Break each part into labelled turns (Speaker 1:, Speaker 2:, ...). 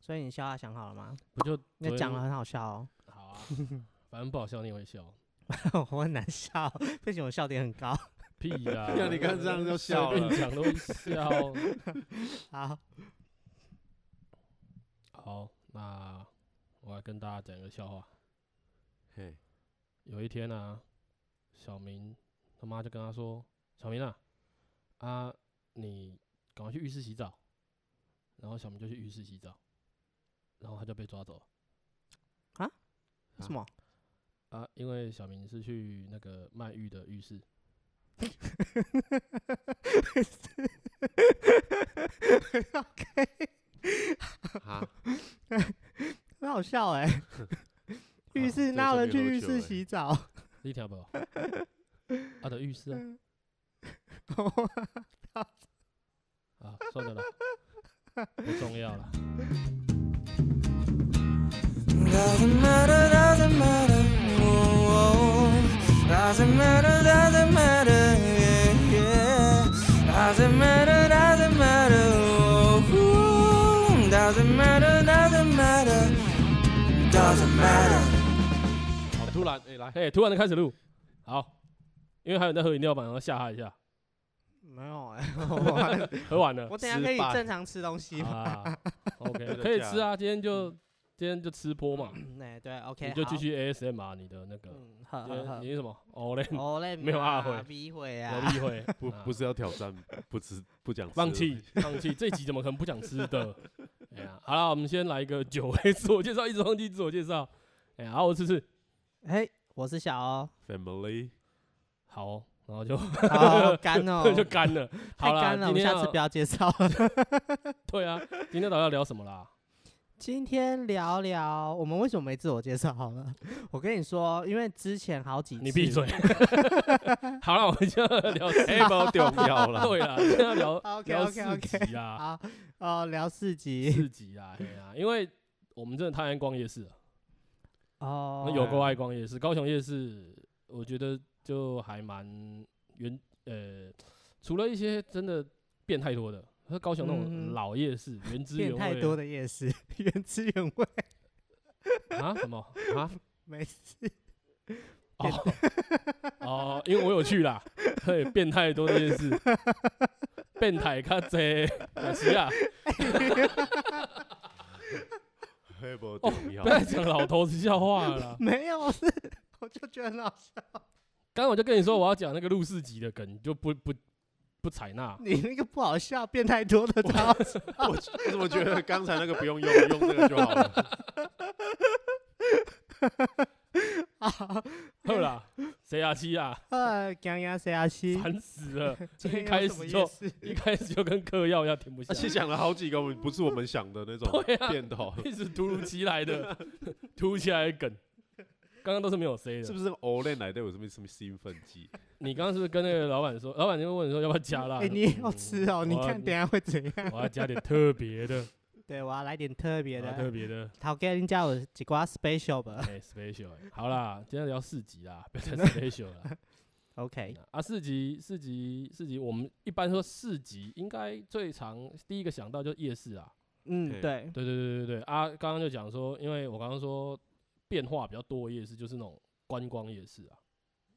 Speaker 1: 所以你笑话啊想好了吗？
Speaker 2: 不就
Speaker 1: 你讲的很好笑哦，
Speaker 2: 好啊，反正不好笑你也会 笑，
Speaker 1: 我很难笑，不行，我笑点很高。
Speaker 2: 屁啦！
Speaker 3: 对啊你刚这样就笑了
Speaker 2: 随便讲都会笑。啊
Speaker 1: 好，
Speaker 2: 好，那我来跟大家讲一个笑话。
Speaker 3: 嘿，
Speaker 2: 有一天啊，小明他妈就跟他说：“小明啊，啊，你赶快去浴室洗澡。”然后小明就去浴室洗澡，然后他就被抓走了
Speaker 1: 为 什么？
Speaker 2: 啊，因为小明是去那个卖浴的浴室。
Speaker 3: 哈，
Speaker 1: 很好笑 哎、
Speaker 2: 啊
Speaker 1: 浴室哪有人去浴室洗澡？
Speaker 2: 你 听不？啊的浴室啊，
Speaker 1: 嗯哦
Speaker 2: 啊，算了啦，不重要 了。
Speaker 4: Doesn't matter, doesn't matter, oh, doesn't matter, doesn't matter, yeah, yeah. Doesn't matter, doesn't matter, oh, doesn't matter, doesn't matter, doesn't matter.
Speaker 2: 好，突然，哎、来，嘿，突然的开始录，好，因为还有人在喝饮料嘛，然后吓他一下，
Speaker 1: 没有哎、我
Speaker 2: 喝完了
Speaker 1: 我等一下可以
Speaker 3: 失败
Speaker 1: 正常吃东西吗？
Speaker 2: 啊
Speaker 3: 真
Speaker 2: ，OK，
Speaker 3: 的
Speaker 2: 可以
Speaker 3: 假
Speaker 2: 吃啊，今天就今天就吃播嘛，
Speaker 1: 嗯哎、对，OK，
Speaker 2: 你就
Speaker 1: 好
Speaker 2: 继。续 ASMR 你的那个，
Speaker 1: 嗯，好
Speaker 2: 你的
Speaker 1: 好好
Speaker 2: 你。是什么？哦嘞，
Speaker 1: 哦嘞，
Speaker 2: 没有啊阿慧
Speaker 1: 逼会
Speaker 2: 有
Speaker 1: 啊！
Speaker 2: 例会，
Speaker 3: 不
Speaker 2: 啊
Speaker 3: 不是要挑战，不吃不讲吃
Speaker 2: 放
Speaker 3: 的
Speaker 2: 弃
Speaker 3: 东西，
Speaker 2: 放弃，这集怎么可能不讲吃的？哎呀，好了，我们先来一个久违自我介绍，一直忘记自我介绍，哎呀，好，我试试，
Speaker 1: 哎，我是小 欧，
Speaker 3: family
Speaker 2: 好哦，然后就
Speaker 1: 好干哦
Speaker 2: ，就干了，
Speaker 1: 太
Speaker 2: 好啦
Speaker 1: 干了，我们
Speaker 2: 今天
Speaker 1: 下次
Speaker 2: 要
Speaker 1: 不要介绍了。
Speaker 2: 对啊，今天到底要聊什么啦？
Speaker 1: 今天聊聊我们为什么没自我介绍好了。 我跟你说，因为之前好几次
Speaker 2: 你闭嘴。 好了，我们就 聊
Speaker 3: 哎，把我屌掉 了，
Speaker 2: 对啦，今天要聊
Speaker 1: OK
Speaker 2: 聊
Speaker 1: OK
Speaker 2: 四
Speaker 1: OK，
Speaker 2: 集啦，
Speaker 1: 好哦，聊四集
Speaker 2: 四集啦，嘿啊，因为我们真的太爱逛夜市了，
Speaker 1: 哦哎
Speaker 2: 那，有够爱逛夜市。高雄夜市，我觉得就还蛮原呃，除了一些真的变太多的，和高雄那
Speaker 1: 嗯
Speaker 2: 种老夜市原汁原
Speaker 1: 变
Speaker 2: 味
Speaker 1: 太多的夜市，原汁原味，
Speaker 2: 啊什 么啊
Speaker 1: 没事。
Speaker 2: 哦哦，因为我有去啦，对，变太多的夜市，变态卡贼，可惜啊，
Speaker 3: 哎，把
Speaker 2: 哦
Speaker 3: 我屌
Speaker 2: 不
Speaker 3: 掉
Speaker 2: 要再讲老头子笑话了啦。
Speaker 1: 没有，是我就觉得很好笑。
Speaker 2: 刚刚我就跟你说我要讲那个陆氏集的梗，你就不不不采纳。
Speaker 1: 你那个不好笑，变太多的超 好笑。
Speaker 3: 我 我怎么觉得刚才那个不用用，用这个就 好了？
Speaker 2: 好啦，谁啊七啊，
Speaker 1: 呃，讲讲谁啊？西，
Speaker 2: 烦死了！
Speaker 1: 今天
Speaker 2: 一
Speaker 1: 有
Speaker 2: 开
Speaker 1: 什么
Speaker 2: 始
Speaker 1: 夜
Speaker 2: 就
Speaker 1: 市
Speaker 2: 一开始就跟嗑药一样停不下
Speaker 3: 而且
Speaker 2: 来，
Speaker 3: 想了好几个，我们不是我们想的那种
Speaker 2: 对啊
Speaker 3: 片头，
Speaker 2: 一直突如其来的 突如其来的梗。刚刚都是没有 C 的，
Speaker 3: 是不是那个 Olen 来的有什么什么兴奋剂？
Speaker 2: 你刚刚是不是跟那个老板说，老板就问你说要不要加辣？
Speaker 1: 哎、你好吃哦！你
Speaker 2: 啊我要
Speaker 1: 看等一下会怎样？
Speaker 2: 我要加点特别的，
Speaker 1: 对，啊我要来点特别
Speaker 2: 我要特
Speaker 1: 的，
Speaker 2: 别 的，
Speaker 1: 好给人家有几瓜 special 吧。
Speaker 2: 哎，special 哎。好啦，今天聊四 集啦，不要再 special 了。
Speaker 1: OK，
Speaker 2: 啊，四级、四级、四级，我们一般说四级，应该最常第一个想到就是夜市啊。
Speaker 1: 嗯，对，
Speaker 3: 对
Speaker 2: 对对对对对啊！刚刚就讲说，因为我刚刚说变化比较多的夜市，就是那种观光夜市啊。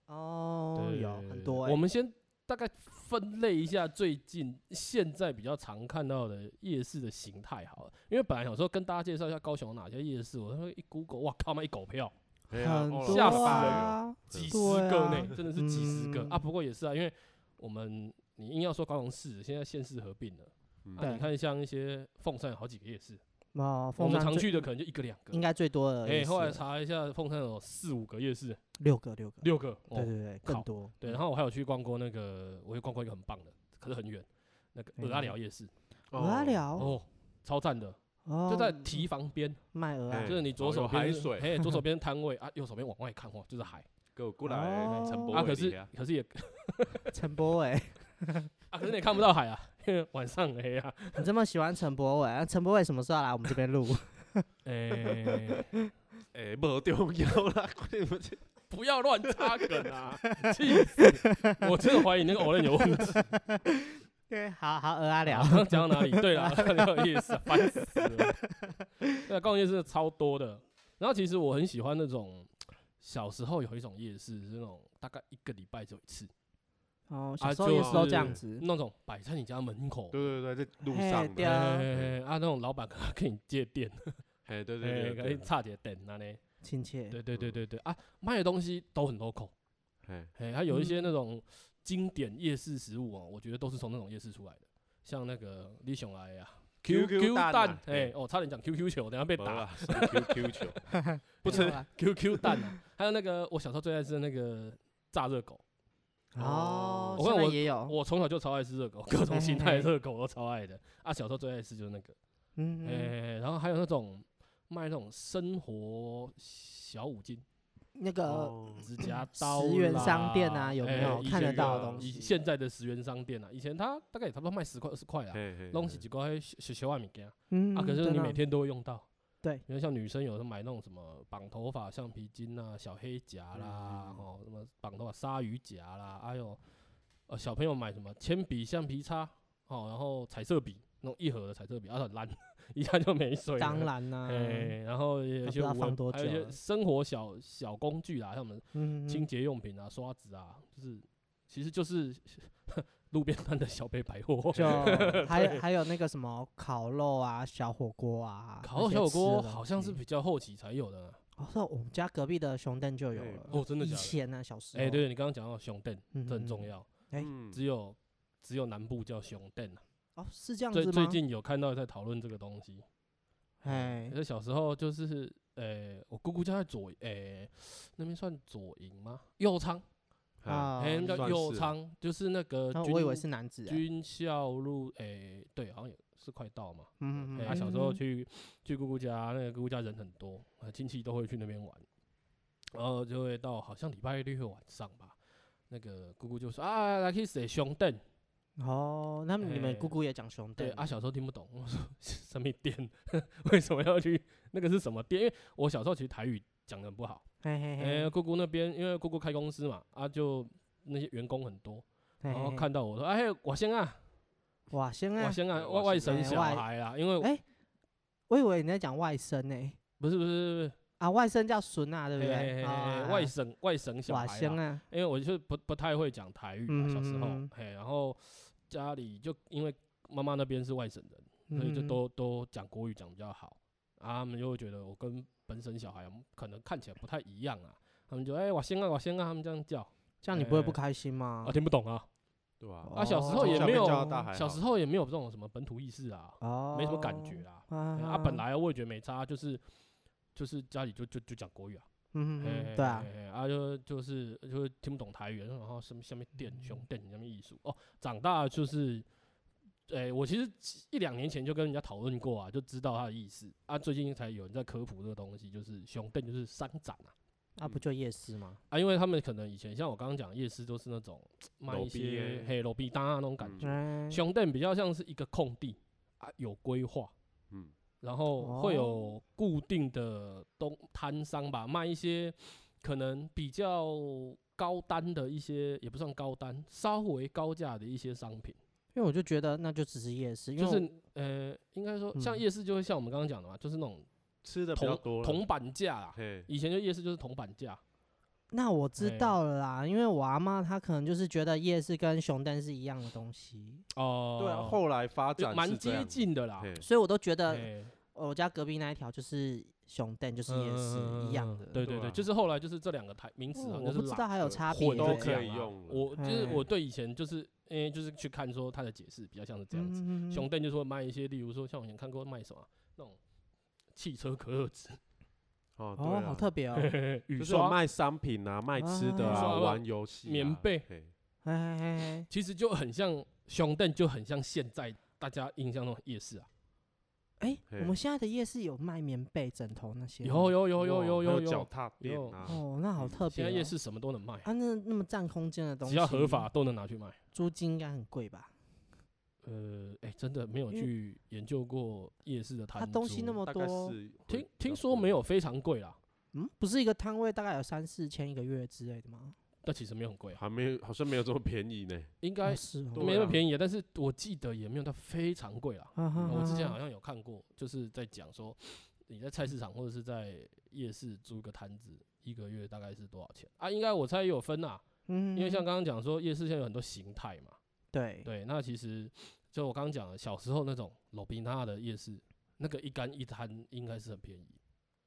Speaker 1: 哦，
Speaker 2: 对
Speaker 1: 有
Speaker 2: 对对
Speaker 1: 很
Speaker 2: 对
Speaker 1: 多、欸。
Speaker 2: 我们先大概分类一下最近现在比较常看到的夜市的形态好了，因为本来想说跟大家介绍一下高雄有哪些夜市，我他妈一 Google，哇靠妈一狗票，
Speaker 3: 哎呀
Speaker 1: 很
Speaker 3: 哦
Speaker 1: 多
Speaker 2: 啊吓死
Speaker 1: 啊！
Speaker 2: 几十
Speaker 1: 对
Speaker 2: 个
Speaker 1: 啊
Speaker 2: 呢，真的是几十个、
Speaker 1: 嗯
Speaker 2: 啊！不过也是啊，因为我们你硬要说高雄市，现在县市合并了。
Speaker 3: 嗯
Speaker 2: 啊、
Speaker 1: 对
Speaker 2: 你看像一些凤山有好几个夜市，
Speaker 1: 哦，
Speaker 2: 我
Speaker 1: 凤
Speaker 2: 们
Speaker 1: 山
Speaker 2: 常
Speaker 1: 最
Speaker 2: 去的可能就一个两个。
Speaker 1: 应该最多的
Speaker 2: 哎、
Speaker 1: 也是了，
Speaker 2: 后来查一下，凤山有四五个夜市，
Speaker 1: 六个，六个，
Speaker 2: 六个。哦、
Speaker 1: 对对对，更
Speaker 2: 靠
Speaker 1: 多。
Speaker 3: 嗯
Speaker 1: 嗯
Speaker 2: 对然后我还有去逛过那个，我也逛过一个很棒的，可是很远，那个
Speaker 1: 嗯
Speaker 2: 鹅阿寮夜市，
Speaker 1: 鹅啊
Speaker 2: 哦，
Speaker 1: 寮，
Speaker 2: 超赞的，
Speaker 1: 哦，
Speaker 2: 就在堤防边，
Speaker 1: 卖鹅啊
Speaker 3: 哎，
Speaker 2: 就是你左
Speaker 3: 哦
Speaker 2: 手
Speaker 3: 有
Speaker 2: 边
Speaker 3: 海
Speaker 2: 是
Speaker 3: 水
Speaker 2: 哎、左 手边摊位啊，右手边往外看哇，就是海。
Speaker 3: 给我过来，
Speaker 1: 哦
Speaker 3: 陈柏
Speaker 2: 啊，
Speaker 3: 伟
Speaker 2: 可
Speaker 3: 你
Speaker 2: 是
Speaker 3: 啊
Speaker 2: 可是也
Speaker 1: 陈柏伟，
Speaker 2: 啊，可是你也看不到海啊， 因为晚上黑啊。
Speaker 1: 你这么喜欢陈柏伟，那陈柏伟什么时候要来我们这 边录？
Speaker 2: 哎、
Speaker 3: 哎， 没重要啦， 快点不是
Speaker 2: 不要 乱插梗啊！气死！我真的怀疑那个 Olen 有问题。
Speaker 1: 对，好好鹅啊聊
Speaker 2: 啊。刚 讲到哪里？对 了，聊夜市，烦死了。对，啊逛夜市超多的。然后其实我很喜欢那种小时候有一种夜市，是那种大概一个礼拜只有一次，
Speaker 1: 哦，
Speaker 2: 啊
Speaker 1: 小时候也
Speaker 2: 就是嗯
Speaker 1: 都这样子。
Speaker 2: 那种摆在你家门口。
Speaker 3: 对对对，在路
Speaker 1: 嘿
Speaker 3: 上
Speaker 1: 对
Speaker 3: 的，
Speaker 1: 啊
Speaker 2: 哎啊，那种老板可能跟你借电，
Speaker 3: 哎，对
Speaker 2: 哎，
Speaker 3: 对
Speaker 2: 可以
Speaker 3: 对嗯
Speaker 2: 差点电那呢。
Speaker 1: 亲切，
Speaker 2: 对对对对对啊，卖的东西都很 local。
Speaker 3: 对，
Speaker 2: 哎，它有一些
Speaker 3: 嗯
Speaker 2: 那种经典夜市食物哦，我觉得都是从那种夜市出来的，像那个李雄来呀
Speaker 3: QQ 蛋
Speaker 2: 蛋
Speaker 3: 啊，哦
Speaker 2: 哎，哦，差点讲 QQ 球，等下被
Speaker 3: 被
Speaker 2: 打。
Speaker 3: 打 QQ 球，不
Speaker 1: 没有
Speaker 3: 吃
Speaker 1: 啦
Speaker 2: QQ 蛋啊，还有那个我小时候最爱吃的那个炸热狗，
Speaker 1: 哦，
Speaker 2: 我
Speaker 1: 现
Speaker 2: 看
Speaker 1: 在
Speaker 2: 我
Speaker 1: 也有，
Speaker 2: 我从小就超爱吃热狗，各种形态的热狗我都超爱的。啊，小时候最爱吃就是那个，
Speaker 1: 嗯，嗯
Speaker 2: 哎，然后还有那种卖那种生活小五金，
Speaker 1: 那个
Speaker 3: 哦
Speaker 2: 指甲刀啦，
Speaker 1: 十元商店啊有没
Speaker 2: 哎
Speaker 1: 有
Speaker 2: 以前
Speaker 1: 看得
Speaker 2: 有
Speaker 1: 到的东
Speaker 2: 以
Speaker 1: 西
Speaker 2: 现在的十元商店啊，以前它大概也差不多卖十块二十块啊，
Speaker 3: 嘿嘿
Speaker 2: 东
Speaker 3: 嘿
Speaker 2: 西几块小小外米给啊，
Speaker 1: 嗯，
Speaker 2: 啊，可是
Speaker 1: 真
Speaker 2: 你
Speaker 1: 的
Speaker 2: 每天都会用到。
Speaker 1: 对，
Speaker 2: 因为像女生有时候买那种什么绑头发橡皮筋啊、小黑夹啦，
Speaker 3: 嗯
Speaker 2: 哦，什么绑头发鲨鱼夹啦，还有呃小朋友买什么铅笔、橡皮擦，哦，然后彩色笔那种一盒的彩色笔，啊，很烂， 一下就没水了。
Speaker 1: 当然啦，
Speaker 2: 啊哎，然后也
Speaker 1: 啊
Speaker 2: 有
Speaker 1: 那
Speaker 2: 一
Speaker 1: 不
Speaker 2: 些
Speaker 1: 知道
Speaker 2: 文
Speaker 1: 放多
Speaker 2: 还有一
Speaker 1: 久
Speaker 2: 些
Speaker 1: 了
Speaker 2: 生活小小工具啦，像我们
Speaker 1: 嗯，
Speaker 2: 清洁用品啊、刷子啊，就是其实就是 路边摊的小杯百货。
Speaker 1: 就还有还有那个什么烤肉啊、小火锅啊，
Speaker 2: 烤
Speaker 1: 那
Speaker 2: 肉
Speaker 1: 些吃
Speaker 2: 小火
Speaker 1: 的
Speaker 2: 锅
Speaker 1: 东
Speaker 2: 好像是
Speaker 1: 西
Speaker 2: 比较后期才有的啊、
Speaker 1: 哦，是哦我们家隔壁的熊蛋就有
Speaker 3: 对
Speaker 1: 了。
Speaker 2: 哦真的
Speaker 1: 以
Speaker 2: 假的
Speaker 1: 前呢，小时候。
Speaker 2: 哎、对，你刚刚讲到熊蛋，
Speaker 1: 嗯，
Speaker 2: 这很重
Speaker 1: 嗯。嗯
Speaker 2: 要。
Speaker 1: 哎
Speaker 3: 嗯
Speaker 2: 只有只有南部叫熊蛋啊、
Speaker 1: 哦，是这样
Speaker 2: 最
Speaker 1: 子
Speaker 2: 最
Speaker 1: 吗？
Speaker 2: 近有看到在讨论这个东西。
Speaker 1: 哎
Speaker 2: 可，是小时候就是，呃、我姑姑家在左，呃、那边算左营吗？右仓，
Speaker 3: 啊，
Speaker 1: 啊
Speaker 2: 哎、那叫
Speaker 3: 算
Speaker 2: 右
Speaker 3: 是
Speaker 2: 仓，就是那个
Speaker 1: 那
Speaker 2: 军，
Speaker 1: 我以为是男子哎。
Speaker 2: 军校路，哎、对，好像也是快到嘛。
Speaker 1: 嗯，嗯
Speaker 2: 哎、
Speaker 1: 嗯
Speaker 2: 啊，小时候
Speaker 1: 嗯
Speaker 2: 去去姑姑家，那个姑姑家人很多，啊亲戚都会去那边玩，然后就会到好像礼拜六晚上吧，那个姑姑就说啊，来去谁熊凳，
Speaker 1: 哦，那你们姑
Speaker 2: 哎
Speaker 1: 姑也讲熊
Speaker 2: 对
Speaker 1: 蛋
Speaker 2: 啊，小时候听不懂，我说 什么店， 为什么要去那个是什么店？因为我小时候其实台语讲的很不好，
Speaker 1: 嘿嘿
Speaker 2: 哎、
Speaker 1: 嘿，
Speaker 2: 姑姑那边因为姑姑开公司嘛，啊就那些员工很多，
Speaker 1: 嘿
Speaker 2: 然后
Speaker 1: 嘿
Speaker 2: 看到我说，哎、我先啊，
Speaker 1: 哇，先
Speaker 2: 我
Speaker 1: 啊，
Speaker 2: 先啊，
Speaker 3: 我
Speaker 2: 外外省
Speaker 3: 先
Speaker 1: 啊
Speaker 2: 小
Speaker 1: 外
Speaker 2: 孩啊，因为我、
Speaker 1: 哎我以为你在讲外甥呢。
Speaker 2: 不是不是
Speaker 1: 啊，外甥叫孙啊，对
Speaker 2: 不
Speaker 1: 不
Speaker 2: 是，哎
Speaker 1: 对？
Speaker 2: 哎
Speaker 1: 啊
Speaker 2: 哎
Speaker 1: 啊
Speaker 2: 哎
Speaker 1: 啊
Speaker 2: 外省外省小
Speaker 1: 哇，
Speaker 2: 孩啊
Speaker 1: 先。啊，
Speaker 2: 因为我就不不太会讲台语嘛，小时候
Speaker 1: 嗯，
Speaker 2: 嘿，然后家里就因为妈妈那边是外省人，所以就
Speaker 1: 嗯
Speaker 2: 都都讲国语讲比较好，啊，他们就会觉得我跟本省小孩可能看起来不太一样啊，他们就哎、我先啊我先啊，他们这样叫，
Speaker 1: 这样你不会不
Speaker 2: 哎
Speaker 1: 开心吗
Speaker 2: 啊？听不懂啊，
Speaker 3: 对嗯吧？
Speaker 2: 啊小时
Speaker 1: 哦
Speaker 2: 候也
Speaker 3: 从小
Speaker 2: 没
Speaker 3: 被
Speaker 2: 有
Speaker 3: 叫到大还
Speaker 2: 小
Speaker 3: 好
Speaker 2: 时候也没有这种什么本土意识啊，
Speaker 1: 哦，
Speaker 2: 没什么感觉啊，
Speaker 1: 啊。
Speaker 2: 哎啊本来我也觉得没差，就是就是家里就就就讲国语啊，
Speaker 1: 嗯嗯
Speaker 2: 哎
Speaker 1: 嗯，对啊
Speaker 2: 哎，哎哎啊就就是就是听不懂台语，然后什么下面电熊电下面艺术哦，长大就是，哎、我其实一两年前就跟人家讨论过啊，就知道它的意思啊，最近才有人在科普这个东西，就是熊电就是商展啊
Speaker 1: 啊不就夜市吗？
Speaker 2: 啊，因为他们可能以前像我刚刚讲的夜市都是那种卖
Speaker 3: 路
Speaker 2: 一
Speaker 3: 边
Speaker 2: 些嘿罗比搭那种感觉，
Speaker 1: 嗯，
Speaker 2: 熊电比较像是一个空地啊，有规划，
Speaker 3: 嗯，
Speaker 2: 然后会有
Speaker 1: 哦
Speaker 2: 固定的东摊商吧，卖一些可能比较高单的一些，也不算高单，稍微高价的一些商品，
Speaker 1: 因为我就觉得那就只是夜市，因
Speaker 2: 就
Speaker 1: 为我
Speaker 2: 是呃，应该说像
Speaker 1: 嗯
Speaker 2: 夜市就会像我们刚刚讲的嘛，就是那种
Speaker 3: 吃的比较多
Speaker 2: 铜
Speaker 3: 了，
Speaker 2: 铜板价啊，
Speaker 3: 嘿，
Speaker 2: 以前就夜市就是铜板价，
Speaker 1: 那我知
Speaker 2: 哎
Speaker 1: 道了啦，因为我阿妈她可能就是觉得夜市跟熊蛋是一样的东西，
Speaker 2: 哦
Speaker 3: 对啊，后来发展
Speaker 2: 蛮
Speaker 3: 是这
Speaker 2: 接
Speaker 3: 样，
Speaker 2: 近的啦，
Speaker 3: 嘿，
Speaker 1: 所以我都觉得
Speaker 2: 哎
Speaker 1: 呃我家隔壁那一条就是熊蛋，就是夜
Speaker 2: 嗯
Speaker 1: 市一样的。
Speaker 2: 对对
Speaker 3: 对
Speaker 2: 对，
Speaker 3: 啊
Speaker 2: 就是后来就是这两个台名词
Speaker 1: 哦
Speaker 2: 啊，
Speaker 1: 我
Speaker 2: 就是
Speaker 1: 不知
Speaker 2: 懒
Speaker 1: 道还有
Speaker 3: 呃
Speaker 1: 差别嗯
Speaker 2: 混
Speaker 1: 耶，
Speaker 3: 都
Speaker 2: 着
Speaker 3: 可
Speaker 2: 讲
Speaker 3: 以
Speaker 2: 啊
Speaker 3: 用了
Speaker 2: 我就是
Speaker 1: 哎
Speaker 2: 我对以前就是，因为就是去看说它的解释比较像是这样子。
Speaker 1: 嗯
Speaker 2: 熊蛋就是会卖一些，例如说像我以前看过卖什么啊那种汽车可乐纸、
Speaker 3: 哦，对
Speaker 1: 哦，
Speaker 3: 啊
Speaker 1: 好特 别哦。
Speaker 2: 雨
Speaker 3: 就是有
Speaker 2: 刷，
Speaker 3: 卖商品啊，卖吃的
Speaker 1: 啊
Speaker 2: 雨刷
Speaker 3: 啊，
Speaker 2: 吧
Speaker 3: 玩游戏啊，
Speaker 2: 棉被
Speaker 3: 嘿，
Speaker 1: 哎哎哎，
Speaker 2: 其实就很像熊蛋，就很像现在大家印象中的夜市啊。
Speaker 1: 哎哎，我
Speaker 3: 嘿
Speaker 1: 们现在的夜市有卖棉被、枕头那些吗。
Speaker 2: 有有有有
Speaker 3: 哇
Speaker 2: 有
Speaker 3: 还
Speaker 2: 有
Speaker 3: 脚
Speaker 2: 有，
Speaker 3: 踏垫
Speaker 2: 有
Speaker 3: 啊，
Speaker 1: 哦，那好特别
Speaker 2: 现
Speaker 1: 哦。
Speaker 2: 在夜市什么都能卖，
Speaker 1: 啊，那那么占空间的东西，
Speaker 2: 只要合法，都能拿去卖。啊
Speaker 1: 租金应该很贵吧？
Speaker 2: 呃，哎，真的没有
Speaker 1: 因为
Speaker 2: 去研究过夜市的摊
Speaker 1: 它
Speaker 2: 租。
Speaker 1: 东西那么
Speaker 3: 大概
Speaker 1: 多，
Speaker 3: 是
Speaker 2: 听听说没有非常贵啦，
Speaker 1: 嗯，不是一个摊位大概有三四千一个月之类的吗？
Speaker 2: 但其实没有很贵啊，
Speaker 3: 还没好像没有这么便宜 呢。
Speaker 2: 应该
Speaker 1: 哦是哦
Speaker 3: 对
Speaker 2: 没那么
Speaker 3: 啊
Speaker 2: 便宜啊，但是我记得也没有到非常贵啦。
Speaker 1: 啊哈
Speaker 2: 呃我之前
Speaker 1: 哈
Speaker 2: 好像有看过，就是在讲说你在菜市场或者是在夜市租个摊子，一个月大概是多少钱啊？应该我猜也有分呐，
Speaker 1: 嗯，
Speaker 2: 因为像刚刚讲说夜市现在有很多形态嘛，
Speaker 1: 对
Speaker 2: 对，那其实就我刚刚讲的，小时候那种老皮纳的夜市，那个一干一摊应该是很便宜，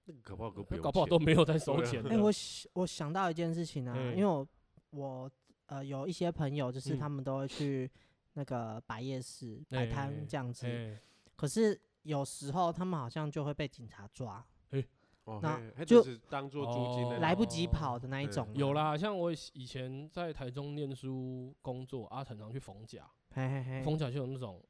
Speaker 3: 那个搞不好都不
Speaker 2: 呃
Speaker 3: 用
Speaker 2: 搞不好
Speaker 3: 钱
Speaker 2: 都没有在收
Speaker 3: 对啊
Speaker 2: 钱的。
Speaker 1: 哎、 我想我想到一件事情啊，
Speaker 2: 嗯
Speaker 1: 因为我我呃有一些朋友，就是
Speaker 2: 嗯
Speaker 1: 他们都会去那个摆夜市、摆摊这样子，
Speaker 2: 哎
Speaker 1: 可是有时候他们好像就会被警察抓，
Speaker 3: 哦
Speaker 1: 那
Speaker 3: 嘿嘿
Speaker 1: 就
Speaker 3: 只是当做租金
Speaker 2: 哦
Speaker 3: 的
Speaker 1: 来不及跑的那一
Speaker 3: 嗯
Speaker 1: 种、啊
Speaker 2: 有，啦，像我以以前在台中念书工作啊，常常去逢甲，
Speaker 1: 嘿嘿嘿，
Speaker 2: 逢甲就有那种，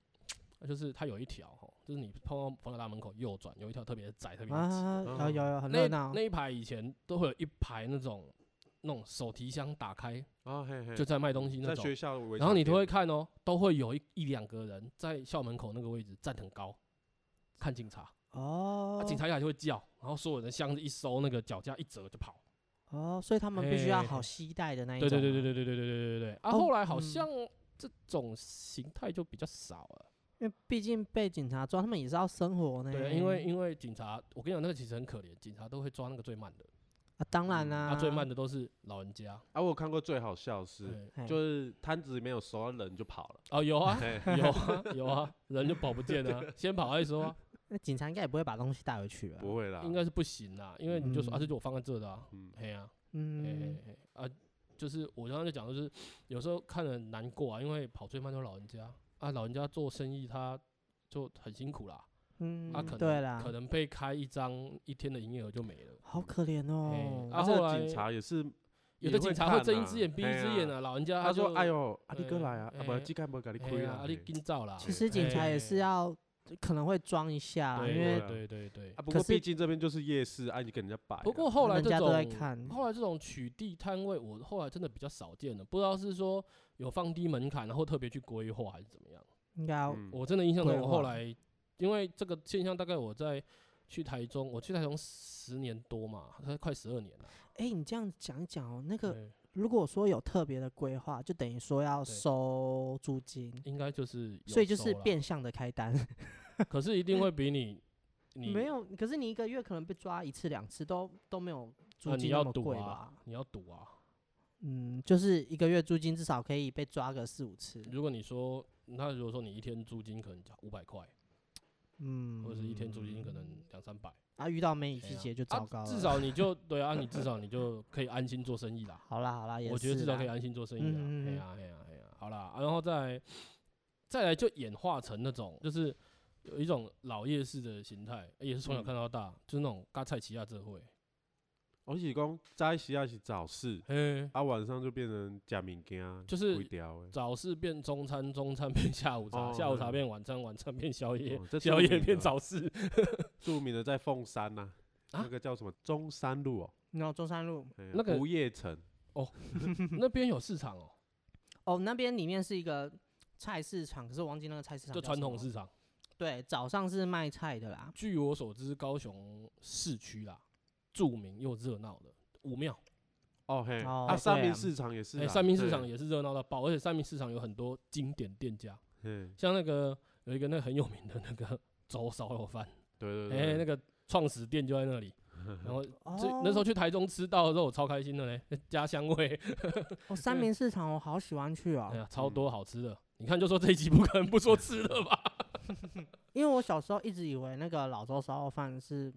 Speaker 2: 就是它有一条吼，就是你碰到逢甲大门口右转，有一条特别窄，特别
Speaker 1: 啊
Speaker 2: 挤。，
Speaker 1: 有有有很热
Speaker 2: 那
Speaker 1: 闹
Speaker 2: 那，一排以前都会有一排那种那种手提箱打开
Speaker 3: 啊，嘿嘿，
Speaker 2: 就在卖东西那
Speaker 3: 在
Speaker 2: 种，
Speaker 3: 学校围
Speaker 2: 然后
Speaker 3: 场
Speaker 2: 你都
Speaker 3: 边
Speaker 2: 会看哦，都会有一一两个人在校门口那个位置站很高，看警察，
Speaker 1: 哦、
Speaker 2: 啊、警察一来就会叫，然后所有人箱子一收，那个脚架一折就跑。
Speaker 1: 哦，所以他们必须要
Speaker 2: 嘿
Speaker 1: 好携带的那一
Speaker 2: 对
Speaker 1: 种、啊
Speaker 2: 对对对。对对对对对对对。啊，
Speaker 1: 哦
Speaker 2: 后来好
Speaker 1: 嗯
Speaker 2: 像这种形态就比较少了。
Speaker 1: 因为毕竟被警察抓，他们也是要生活呢。
Speaker 2: 对，因为因为警察，我跟你讲，那个其实很可怜，警察都会抓那个最慢的，
Speaker 1: 啊，当然
Speaker 3: 嗯
Speaker 1: 啦、
Speaker 2: 啊，最慢的都是老人家。
Speaker 3: 啊，我有看过最好笑的是，
Speaker 2: 对，
Speaker 1: 嘿，
Speaker 3: 就是摊子没有熟，人就跑了。
Speaker 2: 哦，有啊，
Speaker 3: 嘿
Speaker 2: 有啊，有啊，人就跑不见 了，先跑再说啊，
Speaker 1: 那警察应该也不会把东西带回去吧？
Speaker 3: 不会啦，
Speaker 2: 应该是不行啦，因为你就说啊，
Speaker 1: 嗯
Speaker 2: 这就我放在这的啊，
Speaker 3: 啊嗯，
Speaker 2: 嘿啊，
Speaker 1: 嗯
Speaker 2: 嘿，嘿嘿啊，就是我刚刚就讲，就是有时候看了难过啊，因为跑最慢都是老人家啊，老人家做生意他就很辛苦啦，
Speaker 1: 嗯，
Speaker 2: 啊，可
Speaker 1: 对
Speaker 2: 能
Speaker 1: 啦，
Speaker 2: 可能被开一张一天的营业额就没了。
Speaker 1: 好可怜哦。
Speaker 2: 啊
Speaker 3: 这个
Speaker 2: 后来
Speaker 3: 警察也是，
Speaker 2: 有
Speaker 3: 也
Speaker 2: 的
Speaker 3: 会
Speaker 2: 警察会
Speaker 3: 看
Speaker 2: 睁一
Speaker 3: 啊
Speaker 2: 只眼闭一
Speaker 3: 嘿
Speaker 2: 只
Speaker 3: 啊
Speaker 2: 眼啊，老人家
Speaker 3: 他
Speaker 2: 就
Speaker 3: 说：“哎呦，啊你哥
Speaker 2: 哎
Speaker 3: 来啊，啊
Speaker 2: 哎
Speaker 3: 不，鸡干不给你
Speaker 2: 嘿
Speaker 3: 亏
Speaker 2: 啊，
Speaker 3: 啊
Speaker 2: 啊，你
Speaker 3: 嘿
Speaker 2: 紧走啦。
Speaker 1: 其实警察也是
Speaker 2: 嘿
Speaker 1: 要可能会装一下，
Speaker 2: 对
Speaker 1: 因为
Speaker 2: 对对对对
Speaker 3: 啊，。不
Speaker 1: 可
Speaker 3: 过
Speaker 1: 是
Speaker 3: 毕竟这边就是夜市，啊，你跟人家摆啊。
Speaker 2: 不过后来
Speaker 1: 人
Speaker 2: 这
Speaker 1: 家
Speaker 2: 种
Speaker 1: 都在看
Speaker 2: 后来这种取缔摊位，我后来真的比较少见了，不知道是说有放低门槛，然后特别去规划还是怎么样。
Speaker 1: 应该要
Speaker 3: 嗯，
Speaker 2: 我真的印象中，
Speaker 1: 规
Speaker 2: 我
Speaker 1: 划
Speaker 2: 后来因为这个现象，大概我在去台中，我去台中十年多嘛，快十二年了。
Speaker 1: 哎，你这样讲一讲哦，那个
Speaker 2: 对，
Speaker 1: 如果说有特别的规划，就等于说要
Speaker 2: 对
Speaker 1: 收租金，
Speaker 2: 应该就是有
Speaker 1: 所以就
Speaker 2: 收
Speaker 1: 是
Speaker 2: 啦，
Speaker 1: 变相的开单。
Speaker 2: 可是一定会比 你你呃
Speaker 1: 没有，可是你一个月可能被抓一次两次都都没有租
Speaker 2: 那你
Speaker 1: 金
Speaker 2: 要
Speaker 1: 那么
Speaker 2: 赌
Speaker 1: 贵
Speaker 2: 啊
Speaker 1: 吧？，
Speaker 2: 你要赌啊。
Speaker 1: 嗯，就是一个月租金至少可以被抓个四五次，
Speaker 2: 如果你说，那如果说你一天租金可能五百块，
Speaker 1: 嗯，
Speaker 2: 或者是一天租金可能两三百，
Speaker 1: 啊遇到梅雨
Speaker 2: 哎
Speaker 1: 季
Speaker 2: 呀
Speaker 1: 节就
Speaker 2: 啊
Speaker 1: 糟糕了。
Speaker 2: 至少你就对啊，你至少你就可以安心做生意啦。
Speaker 1: 好啦好啦， 也
Speaker 2: 我觉得至
Speaker 1: 是
Speaker 2: 少可以
Speaker 1: 啦
Speaker 2: 啊安心做生意啦。哎
Speaker 1: 嗯嗯嗯
Speaker 2: 呀哎呀哎呀，好啦，啊然后再来再来就演化成那种就是。有一种老夜市的形态，哎也是从小
Speaker 3: 嗯
Speaker 2: 看到大，就是那种嘎菜奇亚这会，
Speaker 3: 我是讲早时啊是早市，
Speaker 2: 嘿，
Speaker 3: 啊晚上就变成假物件，
Speaker 2: 就是
Speaker 3: 规条 的。
Speaker 2: 早市变中餐，中餐变下午茶，
Speaker 3: 哦
Speaker 2: 下午
Speaker 1: 嗯
Speaker 2: 茶
Speaker 3: 嘿
Speaker 2: 变晚餐，晚餐变宵夜，
Speaker 3: 哦这
Speaker 2: 宵
Speaker 3: 著
Speaker 2: 夜
Speaker 3: 名
Speaker 2: 变
Speaker 1: 啊
Speaker 3: 的
Speaker 2: 早市，
Speaker 3: 著名的在凤山呐，
Speaker 2: 啊
Speaker 3: 那个叫什么中山路哦，
Speaker 1: 然后中山路
Speaker 3: 嘿啊
Speaker 2: 那个
Speaker 3: 不夜城，
Speaker 2: 那边有市 场哦、
Speaker 1: 哦，那边里面是一个菜市场，可是我忘记那个菜市场
Speaker 2: 就
Speaker 1: 叫
Speaker 2: 传
Speaker 1: 什
Speaker 2: 统
Speaker 1: 么
Speaker 2: 市场。
Speaker 1: 对，早上是卖菜的啦。
Speaker 2: 据我所知，高雄市区啦，著名又热闹的五庙，
Speaker 3: 哦嘿，
Speaker 1: 哦
Speaker 3: 啊三
Speaker 1: 对
Speaker 3: 明
Speaker 1: 啊
Speaker 3: 市场也是
Speaker 2: 哎、
Speaker 3: 啊，
Speaker 2: 三明市
Speaker 3: 对
Speaker 2: 场，也是热闹到爆，而且三明市场有很多经典店家，
Speaker 3: 嗯，
Speaker 2: 像那个有一个那个很有名的那个 粥烧肉饭，
Speaker 3: 对对
Speaker 2: 哎、
Speaker 3: 对，
Speaker 2: 那个创始店就在那里。 然后
Speaker 1: 哦
Speaker 2: 这、那时候去台中吃到的时候，我超开心的嘞，家乡味，
Speaker 1: 哦，三明市场我好喜欢去哦
Speaker 2: 哎，呀，
Speaker 3: 嗯
Speaker 2: 超多好吃的。你看，就说这一集不可能不说吃的 吧？
Speaker 1: 因为我小时候一直以为那个老周烧肉饭是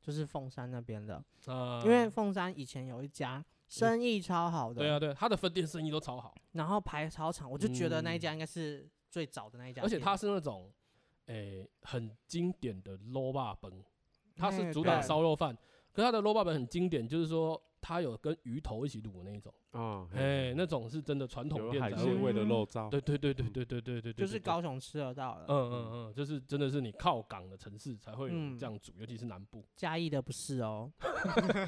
Speaker 1: 就是凤山那边的，
Speaker 2: 啊、
Speaker 1: 因为凤山以前有一家生意超好的，
Speaker 2: 对啊，对，他的分店生意都超好。
Speaker 1: 然后排超长，我就觉得那一
Speaker 2: 嗯
Speaker 1: 家应该是最早的那一家
Speaker 2: 而
Speaker 1: 店，
Speaker 2: 且它是那种，诶、很经典的 low 霸本，它是
Speaker 1: 哎
Speaker 2: 主打
Speaker 1: 对
Speaker 2: 烧肉饭，可它的 low 霸本很经典，就是说它有跟鱼头一起卤的那一种，
Speaker 3: 哦
Speaker 2: 哎、那种是真的传统
Speaker 3: 有
Speaker 2: 店
Speaker 3: 海
Speaker 2: 才
Speaker 3: 鲜
Speaker 2: 会，
Speaker 3: 味的
Speaker 1: 嗯
Speaker 3: 肉燥，
Speaker 2: 对对对对对对对对，
Speaker 1: 就是
Speaker 2: 对，
Speaker 1: 高雄吃得到
Speaker 2: 对
Speaker 1: 的，
Speaker 2: 嗯嗯嗯，就是真的是你靠港的城市才会
Speaker 1: 嗯
Speaker 2: 有这样煮，尤其是南 部，
Speaker 1: 嘉义的不是哦，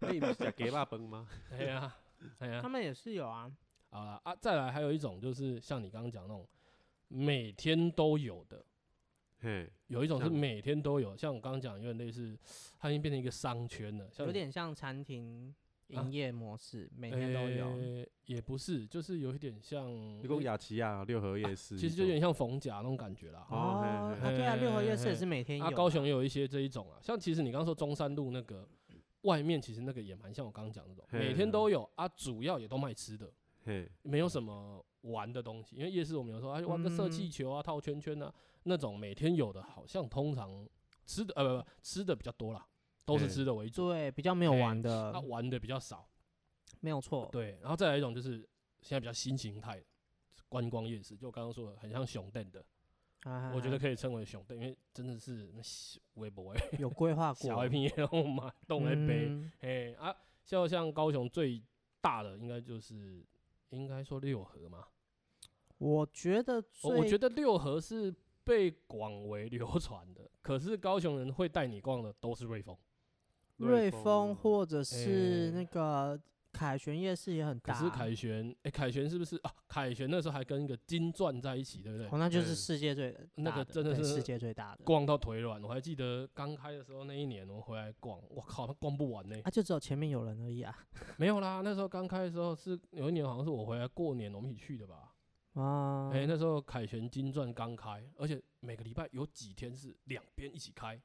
Speaker 3: 那你们想给辣崩吗？
Speaker 2: 哎呀哎呀
Speaker 1: 他，们也是有啊，
Speaker 2: 好了啊，再来还有一种就是像你刚刚讲那种每天都有的。
Speaker 3: 嘿，
Speaker 2: 有一种是
Speaker 3: 像
Speaker 2: 每天都有，像我刚刚讲，有点类似，它已经变成一个商圈了，像
Speaker 1: 有
Speaker 2: 你啊
Speaker 1: 点像餐厅，营业模式，每天都有。
Speaker 2: 呃也不是，就是有一点像，
Speaker 3: 你讲雅琪亚六合夜市，
Speaker 2: 嗯啊其实就有点像逢甲那种感觉啦。
Speaker 3: 哦
Speaker 1: 哦，
Speaker 3: 嘿
Speaker 1: 啊
Speaker 2: 嘿
Speaker 1: 对啊，
Speaker 2: 嘿
Speaker 1: 六合夜市
Speaker 2: 嘿
Speaker 1: 也是每天有
Speaker 2: 啊，
Speaker 1: 啊。
Speaker 2: 高雄也有一些这一种啊，像其实你刚刚说中山路那个外面，其实那个也蛮像我刚刚讲的那种，
Speaker 3: 嘿嗯
Speaker 2: 每天都有啊，主要也都卖吃的，
Speaker 3: 嘿，
Speaker 2: 没有什么玩的东西。因为夜市我们有时候哎玩个射
Speaker 3: 嗯
Speaker 2: 气球啊、套圈圈啊那种，每天有的好像通常吃的呃不不吃的比较多啦，都是
Speaker 3: 嘿
Speaker 2: 吃的为主，
Speaker 1: 对比较没有
Speaker 2: 嘿
Speaker 1: 玩的
Speaker 2: 啊，玩的比较少。
Speaker 1: 没有错。
Speaker 2: 对，然后再来一种就是现在比较新形态的观光夜市，就我刚刚说的很像熊店的，
Speaker 1: 啊
Speaker 2: 我觉得可以称为熊店，因为真的是那小 微博哎，
Speaker 1: 有规划过。
Speaker 2: 小一瓶也让买动来杯，
Speaker 1: 嗯
Speaker 2: 哎啊，像像高雄最大的应该就是应该说六合嘛，
Speaker 1: 我觉得最
Speaker 2: 哦我我觉得六合是被广为流传 的，可是高雄人会带你逛的都是瑞丰，
Speaker 1: 瑞丰或者
Speaker 2: 诶
Speaker 1: 是那个凯旋夜市也很
Speaker 2: 可
Speaker 1: 大。
Speaker 2: 是凯旋哎、凯旋是不是啊？凯旋那时候还跟一个金钻在一起，对不对？
Speaker 1: 哦，那就是
Speaker 3: 嗯
Speaker 1: 世界最
Speaker 2: 那个
Speaker 1: 大
Speaker 2: 真的
Speaker 1: 对
Speaker 2: 是
Speaker 1: 世界最大的，
Speaker 2: 逛到腿软。我还记得刚开的时候那一年，我回来逛，我靠，那逛不完呢、
Speaker 1: 啊，就只有前面有人而已啊。
Speaker 2: 没有啦，那时候刚开的时候是有一年，好像是我回来过年，我们一起去的吧？
Speaker 1: 啊，
Speaker 2: 哎、那时候凯旋金钻刚开，而且每个礼拜有几天是两边一起开。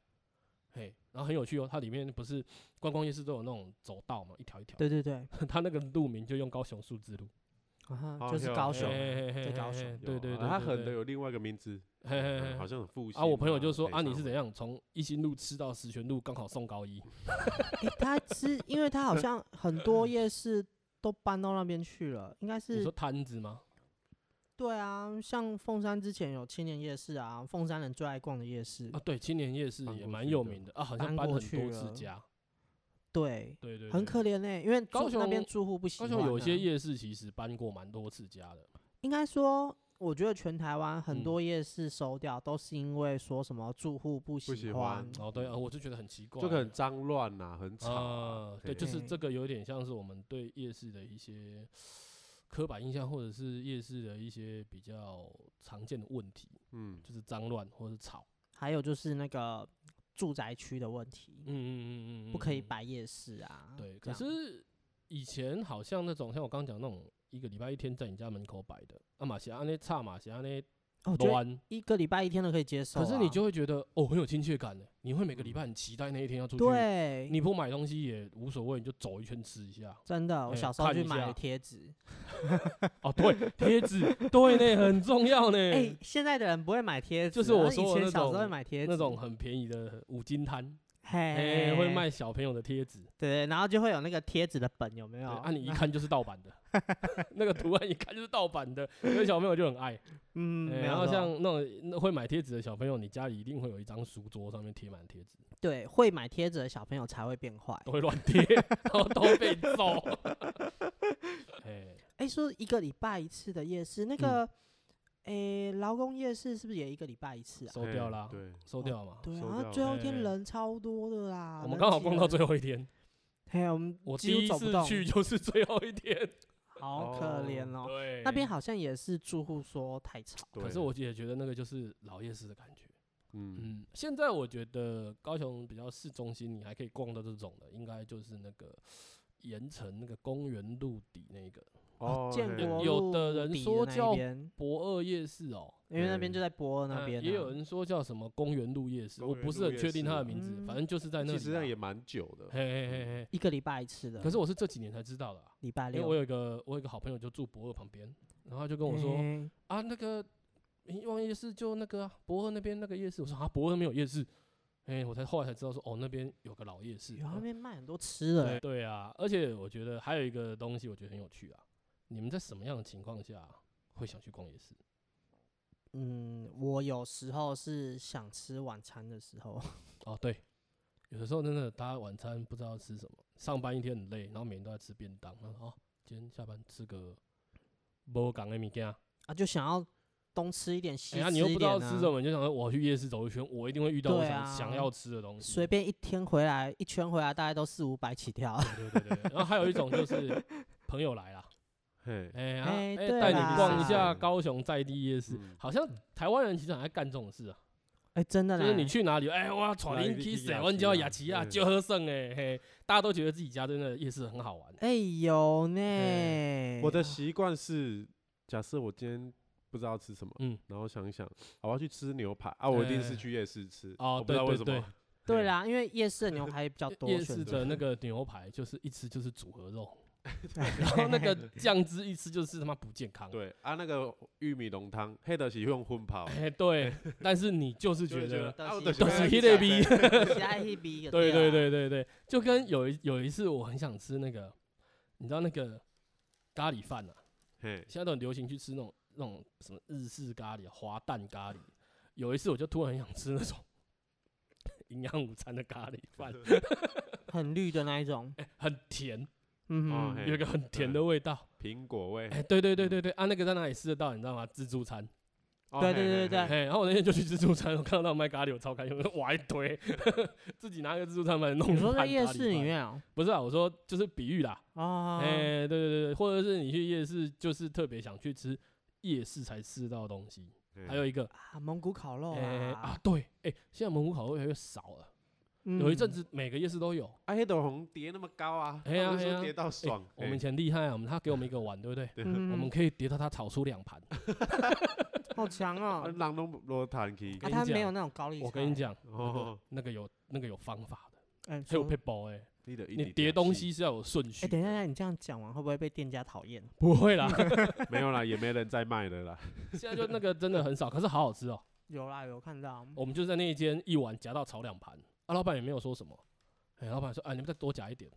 Speaker 2: 嘿，然后很有趣哦，它里面不是观光夜市都有那种走道嘛，一条一条。
Speaker 1: 对对对，
Speaker 2: 它那个路名就用高雄数字路，
Speaker 1: 啊哈，
Speaker 3: 好
Speaker 1: 就是
Speaker 3: 有
Speaker 1: 高
Speaker 3: 哎
Speaker 1: 雄。
Speaker 2: 嘿嘿嘿
Speaker 1: 在高
Speaker 2: 嘿
Speaker 1: 雄
Speaker 2: 嘿
Speaker 3: 有啊
Speaker 2: 对对对，
Speaker 3: 它
Speaker 2: 对
Speaker 3: 很的
Speaker 2: 对
Speaker 3: 有另外一个名字，
Speaker 2: 嘿嘿嘿
Speaker 3: 嗯好像很复兴
Speaker 2: 啊，我朋友就说
Speaker 3: 北
Speaker 2: 啊，你
Speaker 3: 上
Speaker 2: 是怎
Speaker 3: 嘛？
Speaker 2: 样从一心路吃到石泉路，刚好送高一，
Speaker 1: 诶他是因为 他好像很多夜市都搬到那边去了，应该
Speaker 2: 你
Speaker 1: 是
Speaker 2: 说摊子吗？
Speaker 1: 对啊，像凤山之前有青年夜市啊，凤山人最爱逛的夜市
Speaker 2: 啊，，对，青年夜市
Speaker 3: 搬
Speaker 2: 也
Speaker 3: 过
Speaker 2: 蛮
Speaker 3: 去
Speaker 2: 有
Speaker 3: 的
Speaker 2: 名的啊，好像
Speaker 1: 搬
Speaker 2: 搬
Speaker 1: 过
Speaker 2: 很
Speaker 1: 去
Speaker 2: 多次
Speaker 1: 了
Speaker 2: 家，
Speaker 1: 对，
Speaker 2: 对对
Speaker 1: 很
Speaker 2: 对
Speaker 1: 可怜呢，因为住
Speaker 2: 高
Speaker 1: 那边
Speaker 2: 雄
Speaker 1: 住户不喜
Speaker 2: 高
Speaker 1: 欢
Speaker 2: 雄有
Speaker 1: 啊
Speaker 2: 一些夜市其实搬过蛮多次家的，
Speaker 1: 应该说，我觉得全台湾
Speaker 2: 嗯
Speaker 1: 很多夜市收掉，都是因为说什么住户不喜
Speaker 3: 不喜欢
Speaker 2: 哦对啊，我就觉得很奇怪，
Speaker 3: 就很脏乱呐，很吵啊，
Speaker 2: 啊，对，就是
Speaker 1: 嘿
Speaker 2: 这个有点像是我们对夜市的一些刻板印象，或者是夜市的一些比较常见的问题，
Speaker 3: 嗯，
Speaker 2: 就是脏乱或是吵，
Speaker 1: 还有就是那个住宅区的问题
Speaker 2: 嗯，嗯嗯嗯嗯，
Speaker 1: 不可以
Speaker 2: 嗯。
Speaker 1: 摆夜市啊。
Speaker 2: 对，
Speaker 1: 这
Speaker 2: 可
Speaker 1: 样
Speaker 2: 是以前好像那种像我刚刚讲那种一个礼拜一天在你家门口摆的，啊马霞安那差马霞安那
Speaker 1: 哦我觉得
Speaker 2: 乱。
Speaker 1: 一个礼拜一天都可以接受啊、嗯
Speaker 2: 啊可是你就会觉得哦，很有亲切感的，你会每个礼拜很期待那一天要出去。，
Speaker 1: 对，。
Speaker 2: 你不买东西也无所谓，你就走一圈吃一下
Speaker 1: 真的，我
Speaker 2: 哎
Speaker 1: 小时候
Speaker 2: 看
Speaker 1: 去
Speaker 2: 一
Speaker 1: 买
Speaker 2: 下
Speaker 1: 了贴纸。
Speaker 2: 哦，对，贴纸，对呢，很重要呢。
Speaker 1: 哎、现在的人不会买贴纸，
Speaker 2: 嗯就是我
Speaker 1: 而
Speaker 2: 说的
Speaker 1: 以前
Speaker 2: 那
Speaker 1: 小时候会
Speaker 2: 种
Speaker 1: 买贴纸，
Speaker 2: 那种很便宜的五金摊，
Speaker 1: 嘿、
Speaker 2: 哎、会卖小朋友的贴纸，
Speaker 1: 对，然后就会有那个贴纸的本，有没
Speaker 2: 对
Speaker 1: 有？
Speaker 2: 啊，你一看就是盗版 的，那个图案一看就是盗版的，所以小朋友就很爱。
Speaker 1: 嗯，
Speaker 2: 欸
Speaker 1: 没有
Speaker 2: 然后
Speaker 1: 错
Speaker 2: 像那种那会买贴纸的小朋友，你家里一定会有一张书桌，上面贴满贴纸，
Speaker 1: 对会买贴纸的小朋友才会变坏。
Speaker 2: 都会乱 贴，然后都会被揍。 哎，
Speaker 1: 哎、说一个礼拜一次的夜
Speaker 2: 嗯
Speaker 1: 市，那个，哎、劳工夜市是不是也一个礼拜一次啊？
Speaker 2: 收掉
Speaker 3: 嘿
Speaker 2: 啦，
Speaker 3: 对，
Speaker 2: 收掉嘛。
Speaker 1: 对啊，
Speaker 3: 收
Speaker 1: 然后
Speaker 3: 掉
Speaker 1: 最
Speaker 2: 了
Speaker 1: 后一天
Speaker 2: 哎
Speaker 1: 人超多的啦。
Speaker 2: 我们
Speaker 1: 啊人
Speaker 2: 刚好
Speaker 1: 挤
Speaker 2: 逛到
Speaker 1: 人，
Speaker 2: 最后一天，
Speaker 1: 嘿，我们
Speaker 2: 我第
Speaker 1: 几乎
Speaker 2: 一
Speaker 1: 走不
Speaker 2: 次
Speaker 1: 动，
Speaker 2: 去就是最后一天。
Speaker 1: 好可
Speaker 3: 哦
Speaker 1: 怜哦。
Speaker 2: 对，
Speaker 1: 那边，好像也是住户说太吵，
Speaker 3: 对
Speaker 2: 可是我也觉得那个就是老夜市的感觉。
Speaker 3: 嗯，
Speaker 2: 嗯，现在我觉得高雄比较市中心，你还可以逛到这种的，应该就是那个盐城那个公园路底那个
Speaker 3: 哦，
Speaker 1: 建
Speaker 3: 嘿
Speaker 1: 国
Speaker 2: 有
Speaker 1: 路
Speaker 2: 的人
Speaker 1: 底
Speaker 2: 说
Speaker 1: 那一
Speaker 2: 叫
Speaker 1: 边
Speaker 2: 博二夜市哦。
Speaker 1: 因为那边就
Speaker 3: 嗯
Speaker 1: 在博尔那
Speaker 2: 呃
Speaker 1: 边啊、
Speaker 2: 也有人说叫什么公园路夜市，
Speaker 3: 公
Speaker 2: 我
Speaker 3: 园
Speaker 2: 不是
Speaker 3: 路
Speaker 2: 很
Speaker 3: 夜
Speaker 2: 确定
Speaker 3: 市
Speaker 2: 它的
Speaker 3: 啊
Speaker 2: 名字，
Speaker 1: 嗯
Speaker 2: 反正就是在那里
Speaker 3: 其
Speaker 2: 啊。
Speaker 3: 实那也蛮久的，
Speaker 2: 嘿嘿嘿嘿。
Speaker 1: 一个礼拜一次的，
Speaker 2: 可是我是这几年才知道的啊、
Speaker 1: 礼拜
Speaker 2: 因为
Speaker 1: 六
Speaker 2: 我有一个我有一个好朋友就住博二旁边，然后他就跟我说、
Speaker 1: 哎
Speaker 2: 啊，那个明王夜市就那个、啊、博二那边那个夜市，我说啊，博二没有夜市，哎、我才后来才知道说哦，那边有个老夜市。
Speaker 1: 有
Speaker 2: 啊
Speaker 1: 那边卖很多吃的、
Speaker 2: 对对啊，而且我觉得还有一个东西，我觉得很有趣啊，你们在什么样的情况下会想去逛夜市？
Speaker 1: 嗯，我有时候是想吃晚餐的时候，
Speaker 2: 哦，对，有的时候真的大家晚餐不知道吃什么，上班一天很累，然后每天都在吃便当，然后哦，今天下班吃个无港的物件，
Speaker 1: 啊，就想要东吃一点西吃一点、啊
Speaker 2: 哎呀，你又不知道吃什么，你就想说我去夜市走一圈，我一定会遇到我
Speaker 1: 对
Speaker 2: 想、
Speaker 1: 啊
Speaker 2: 想要吃的东西。
Speaker 1: 随便一天回来一圈回来，大概都四五百起跳。
Speaker 2: 对对对对，然后还有一种就是朋友来啦，
Speaker 3: 嘿，
Speaker 2: 哎啊
Speaker 1: 哎
Speaker 2: 哎，
Speaker 1: 对
Speaker 2: 带你
Speaker 1: 啦
Speaker 2: 逛一
Speaker 3: 是
Speaker 2: 下
Speaker 3: 是
Speaker 2: 高雄在地夜市，
Speaker 3: 嗯
Speaker 2: 好像台湾人其实很爱干这种事啊。
Speaker 1: 哎，真的
Speaker 2: 就
Speaker 1: 嘞，
Speaker 2: 是你去哪里，哎、我要闯
Speaker 3: 来
Speaker 2: 林
Speaker 3: 你
Speaker 2: 去
Speaker 3: 去
Speaker 2: 谁，
Speaker 3: 雅
Speaker 2: 我
Speaker 3: 琪
Speaker 2: 叫
Speaker 3: 啊
Speaker 2: 雅琪啊，
Speaker 3: 对
Speaker 2: 就喝剩哎嘿，大家都觉得自己家真的夜市很好玩。
Speaker 1: 哎有
Speaker 2: 嘿
Speaker 1: 呢，
Speaker 3: 我的
Speaker 2: 哎
Speaker 3: 习惯是，假设我今天不知道吃什么，
Speaker 2: 嗯，
Speaker 3: 然后想一想，啊我要去吃牛排啊，我一定是
Speaker 2: 对
Speaker 3: 去夜市吃。
Speaker 2: 哦
Speaker 3: 我不知道
Speaker 2: 对
Speaker 3: 为
Speaker 2: 对
Speaker 3: 什么。
Speaker 1: 对
Speaker 3: 嘿，
Speaker 1: 啦，因为夜市的牛排比较多
Speaker 2: 夜
Speaker 1: 选
Speaker 2: 市
Speaker 1: 择
Speaker 2: 的那个牛排就是一吃就是组合肉，然后那个酱汁一吃就是他妈不健康。
Speaker 3: 对啊，那个玉米浓汤，黑的是用混泡，
Speaker 2: 哎、对，但是你就是
Speaker 3: 就
Speaker 2: 觉
Speaker 3: 会觉得
Speaker 2: 得，
Speaker 3: 啊，我
Speaker 1: 都
Speaker 3: 就是是
Speaker 2: 那
Speaker 3: 要
Speaker 2: 个
Speaker 3: 去吃
Speaker 2: 味
Speaker 3: 啊
Speaker 1: 喜爱 h e b
Speaker 2: 对对对对对，就跟有一有一次我很想吃那个，你知道那个咖喱饭啊，
Speaker 3: 嘿，
Speaker 2: 现在都很流行去吃那种那种什么日式咖喱、滑蛋咖喱。有一次我就突然很想吃那种 营养午餐的咖喱饭，
Speaker 1: 很绿的那一种，
Speaker 2: 很甜，
Speaker 1: 嗯
Speaker 3: 哦
Speaker 1: 哼，
Speaker 3: 嘿
Speaker 2: 有一个很甜的味道。
Speaker 3: 苹果味
Speaker 2: 哎、。对对对对对，啊，那个在哪里吃得到？你知道吗？自助餐。
Speaker 3: 哦
Speaker 1: 对
Speaker 3: 嘿
Speaker 1: 对
Speaker 3: 嘿
Speaker 1: 对对
Speaker 3: 嘿
Speaker 2: 哎、然后我那天就去自助餐，我看到那种卖咖喱，我超开心，我说哇一堆， 自己拿个自助餐来弄一盘咖喱饭。
Speaker 1: 你说在夜市里面哦，
Speaker 2: 不是啊，我说就是比喻啦。哎、
Speaker 1: 哦，
Speaker 2: 对对对，或者是你去夜市，就是特别想去吃夜市才吃到的东西。
Speaker 3: 嘿
Speaker 2: 还有一个，
Speaker 1: 啊蒙古烤肉
Speaker 2: 哎、啊
Speaker 1: 啊，，
Speaker 2: 对，哎、现在蒙古烤肉越来越少了，
Speaker 1: 嗯
Speaker 2: 有一阵子每个夜市都有。哎
Speaker 3: 啊，黑的红叠那么高啊，
Speaker 2: 嘿啊
Speaker 3: 他们
Speaker 2: 嘿
Speaker 3: 说
Speaker 2: 啊
Speaker 3: 叠到
Speaker 2: 哎
Speaker 3: 爽。
Speaker 2: 我们以
Speaker 3: 嘿
Speaker 2: 前厉害啊，我们他给我们一个碗，对不对？
Speaker 3: 对
Speaker 1: 嗯，
Speaker 2: 我
Speaker 1: 我
Speaker 2: 们可以叠到他炒出两盘。
Speaker 1: 好强
Speaker 3: 啊
Speaker 1: 哦，
Speaker 3: 人拢落弹去
Speaker 2: 跟
Speaker 1: 啊，
Speaker 2: 你
Speaker 1: 他
Speaker 2: 讲
Speaker 1: 没有那种高丽菜，
Speaker 2: 我跟你，讲，
Speaker 3: 哦，
Speaker 2: 那个有那个有方法的，
Speaker 1: 哎，
Speaker 2: 还有
Speaker 1: 说
Speaker 2: p e b l 哎、
Speaker 3: 你的
Speaker 2: 你叠东西是要有顺序
Speaker 1: 哎，
Speaker 2: 的。
Speaker 1: 等一下，你这样讲完会不会被店家讨厌？
Speaker 2: 不会啦，
Speaker 3: 没有啦，也没人在 卖了啦。
Speaker 2: 现在就那个真的很少，可是好好吃哦。
Speaker 1: 有啦，有看到，
Speaker 2: 我们就在那一间一碗夹到炒两盘，啊，老板也没有说什么。哎、老板说，啊，你们再多夹一点。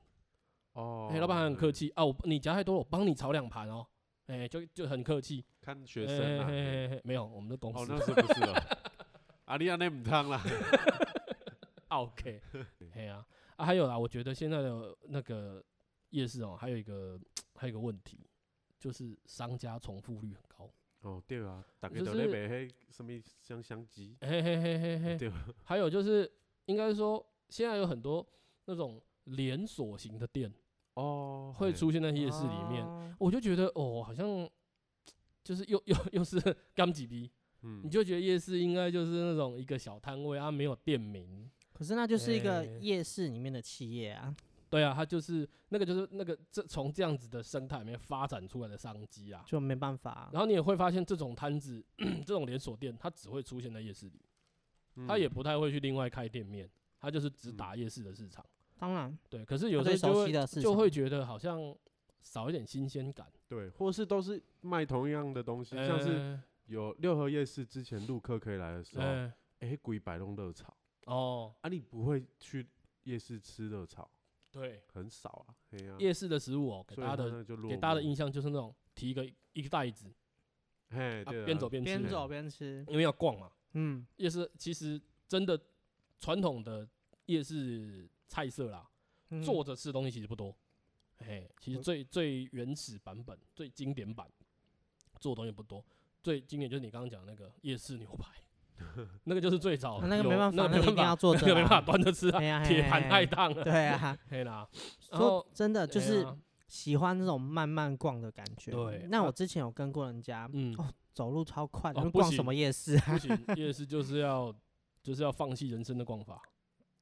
Speaker 3: 哦嗯
Speaker 2: 哎、老板很客，气啊，我你夹太多了，我帮你炒两盘哦。哎、就就很客气。
Speaker 3: 看学生
Speaker 2: 哎
Speaker 3: 啊。
Speaker 2: 嘿嘿
Speaker 3: 嘿
Speaker 2: 嘿没有，我们的公
Speaker 3: 哦，
Speaker 2: 司
Speaker 3: 那是不是 哦？啊，你安尼唔通啦。
Speaker 2: OK。哎 呀、啊，还有啦，我觉得现在的那个夜市哦、还有一个还有一个问题，就是商家重复率很高。
Speaker 3: 哦，对啊，大家
Speaker 2: 就
Speaker 3: 都咧
Speaker 2: 是
Speaker 3: 卖迄什么香香鸡，
Speaker 2: 嘿嘿嘿嘿嘿。
Speaker 3: 对啊，
Speaker 2: 还有就是，应该说现在有很多那种连锁型的店
Speaker 3: 哦，
Speaker 2: 会
Speaker 3: 嘿
Speaker 2: 出现在夜市里面，
Speaker 1: 哦
Speaker 2: 我就觉得哦，好像就是又又又是 干几逼，你
Speaker 3: 嗯，
Speaker 2: 就觉得夜市应该就是那种一个小摊位啊，没有店名。
Speaker 1: 可是那就是一个
Speaker 2: 哎
Speaker 1: 夜市里面的企业啊，
Speaker 2: 对啊，它就是那个就是那个这从这样子的生态里面发展出来的商机啊。
Speaker 1: 就没办法，
Speaker 2: 然后你也会发现，这种摊子、 这种连锁店，它只会出现在夜市里，它也
Speaker 3: 嗯
Speaker 2: 不太会去另外开店面，它就是只
Speaker 3: 嗯
Speaker 2: 打夜市的市场。
Speaker 1: 当然
Speaker 2: 对，可是有时
Speaker 1: 最
Speaker 2: 候就
Speaker 1: 熟
Speaker 2: 会
Speaker 1: 悉的市
Speaker 2: 就
Speaker 1: 场
Speaker 2: 会觉得好像少一点新鲜感，
Speaker 3: 对，或是都是卖同样的东西，像是
Speaker 2: 呃
Speaker 3: 有六合夜市之前陆客可以来的时候，
Speaker 2: 呃
Speaker 3: 哎，鬼摆弄热炒
Speaker 2: 哦，
Speaker 3: 啊，你不会去夜市吃热炒，
Speaker 2: 对，
Speaker 3: 很少啊，嘿啊，
Speaker 2: 夜市的食物哦，给
Speaker 3: 所以
Speaker 2: 大家的
Speaker 3: 它那就落
Speaker 2: 给大家的
Speaker 3: 幕
Speaker 2: 印象就是那种提一个一个袋子，
Speaker 3: 嘿，
Speaker 2: 啊
Speaker 3: 对啊，
Speaker 2: 边走边吃
Speaker 1: 边
Speaker 2: 的，
Speaker 1: 走边吃，
Speaker 2: 因为要逛嘛。
Speaker 1: 嗯，
Speaker 2: 夜市其实真的传统的夜市菜色啦，
Speaker 1: 嗯
Speaker 2: 坐着吃东西其实不多，哎，其实
Speaker 1: 我
Speaker 2: 最最原始版本、最经典版做的东西不多，最经典就是你刚刚讲的那个夜市牛 排。那个就是最早
Speaker 1: 啊
Speaker 2: 有，
Speaker 1: 那个没办法
Speaker 2: 那
Speaker 1: 那个
Speaker 2: 没
Speaker 1: 一
Speaker 2: 办
Speaker 1: 定
Speaker 2: 法
Speaker 1: 要坐
Speaker 2: 那
Speaker 1: 着
Speaker 2: 个没
Speaker 1: 啊
Speaker 2: 办法端着吃啊
Speaker 1: 哎，呀，嘿
Speaker 2: 铁
Speaker 1: 嘿
Speaker 2: 盘
Speaker 1: 嘿
Speaker 2: 太烫 了。
Speaker 1: 对啊，
Speaker 2: 嘿啦，然后
Speaker 1: 说真的就
Speaker 2: 嘿
Speaker 1: 是
Speaker 2: 啊
Speaker 1: 喜欢这种慢慢逛的感觉。
Speaker 2: 对
Speaker 1: 那
Speaker 2: 啊
Speaker 1: 我之前有跟过人家，
Speaker 2: 嗯
Speaker 1: 哦，走路超快的，
Speaker 2: 哦
Speaker 1: 你们
Speaker 2: 不
Speaker 1: 逛
Speaker 2: 行
Speaker 1: 什么夜市啊？
Speaker 2: 不行，夜市就是要就是要放弃人生的逛法。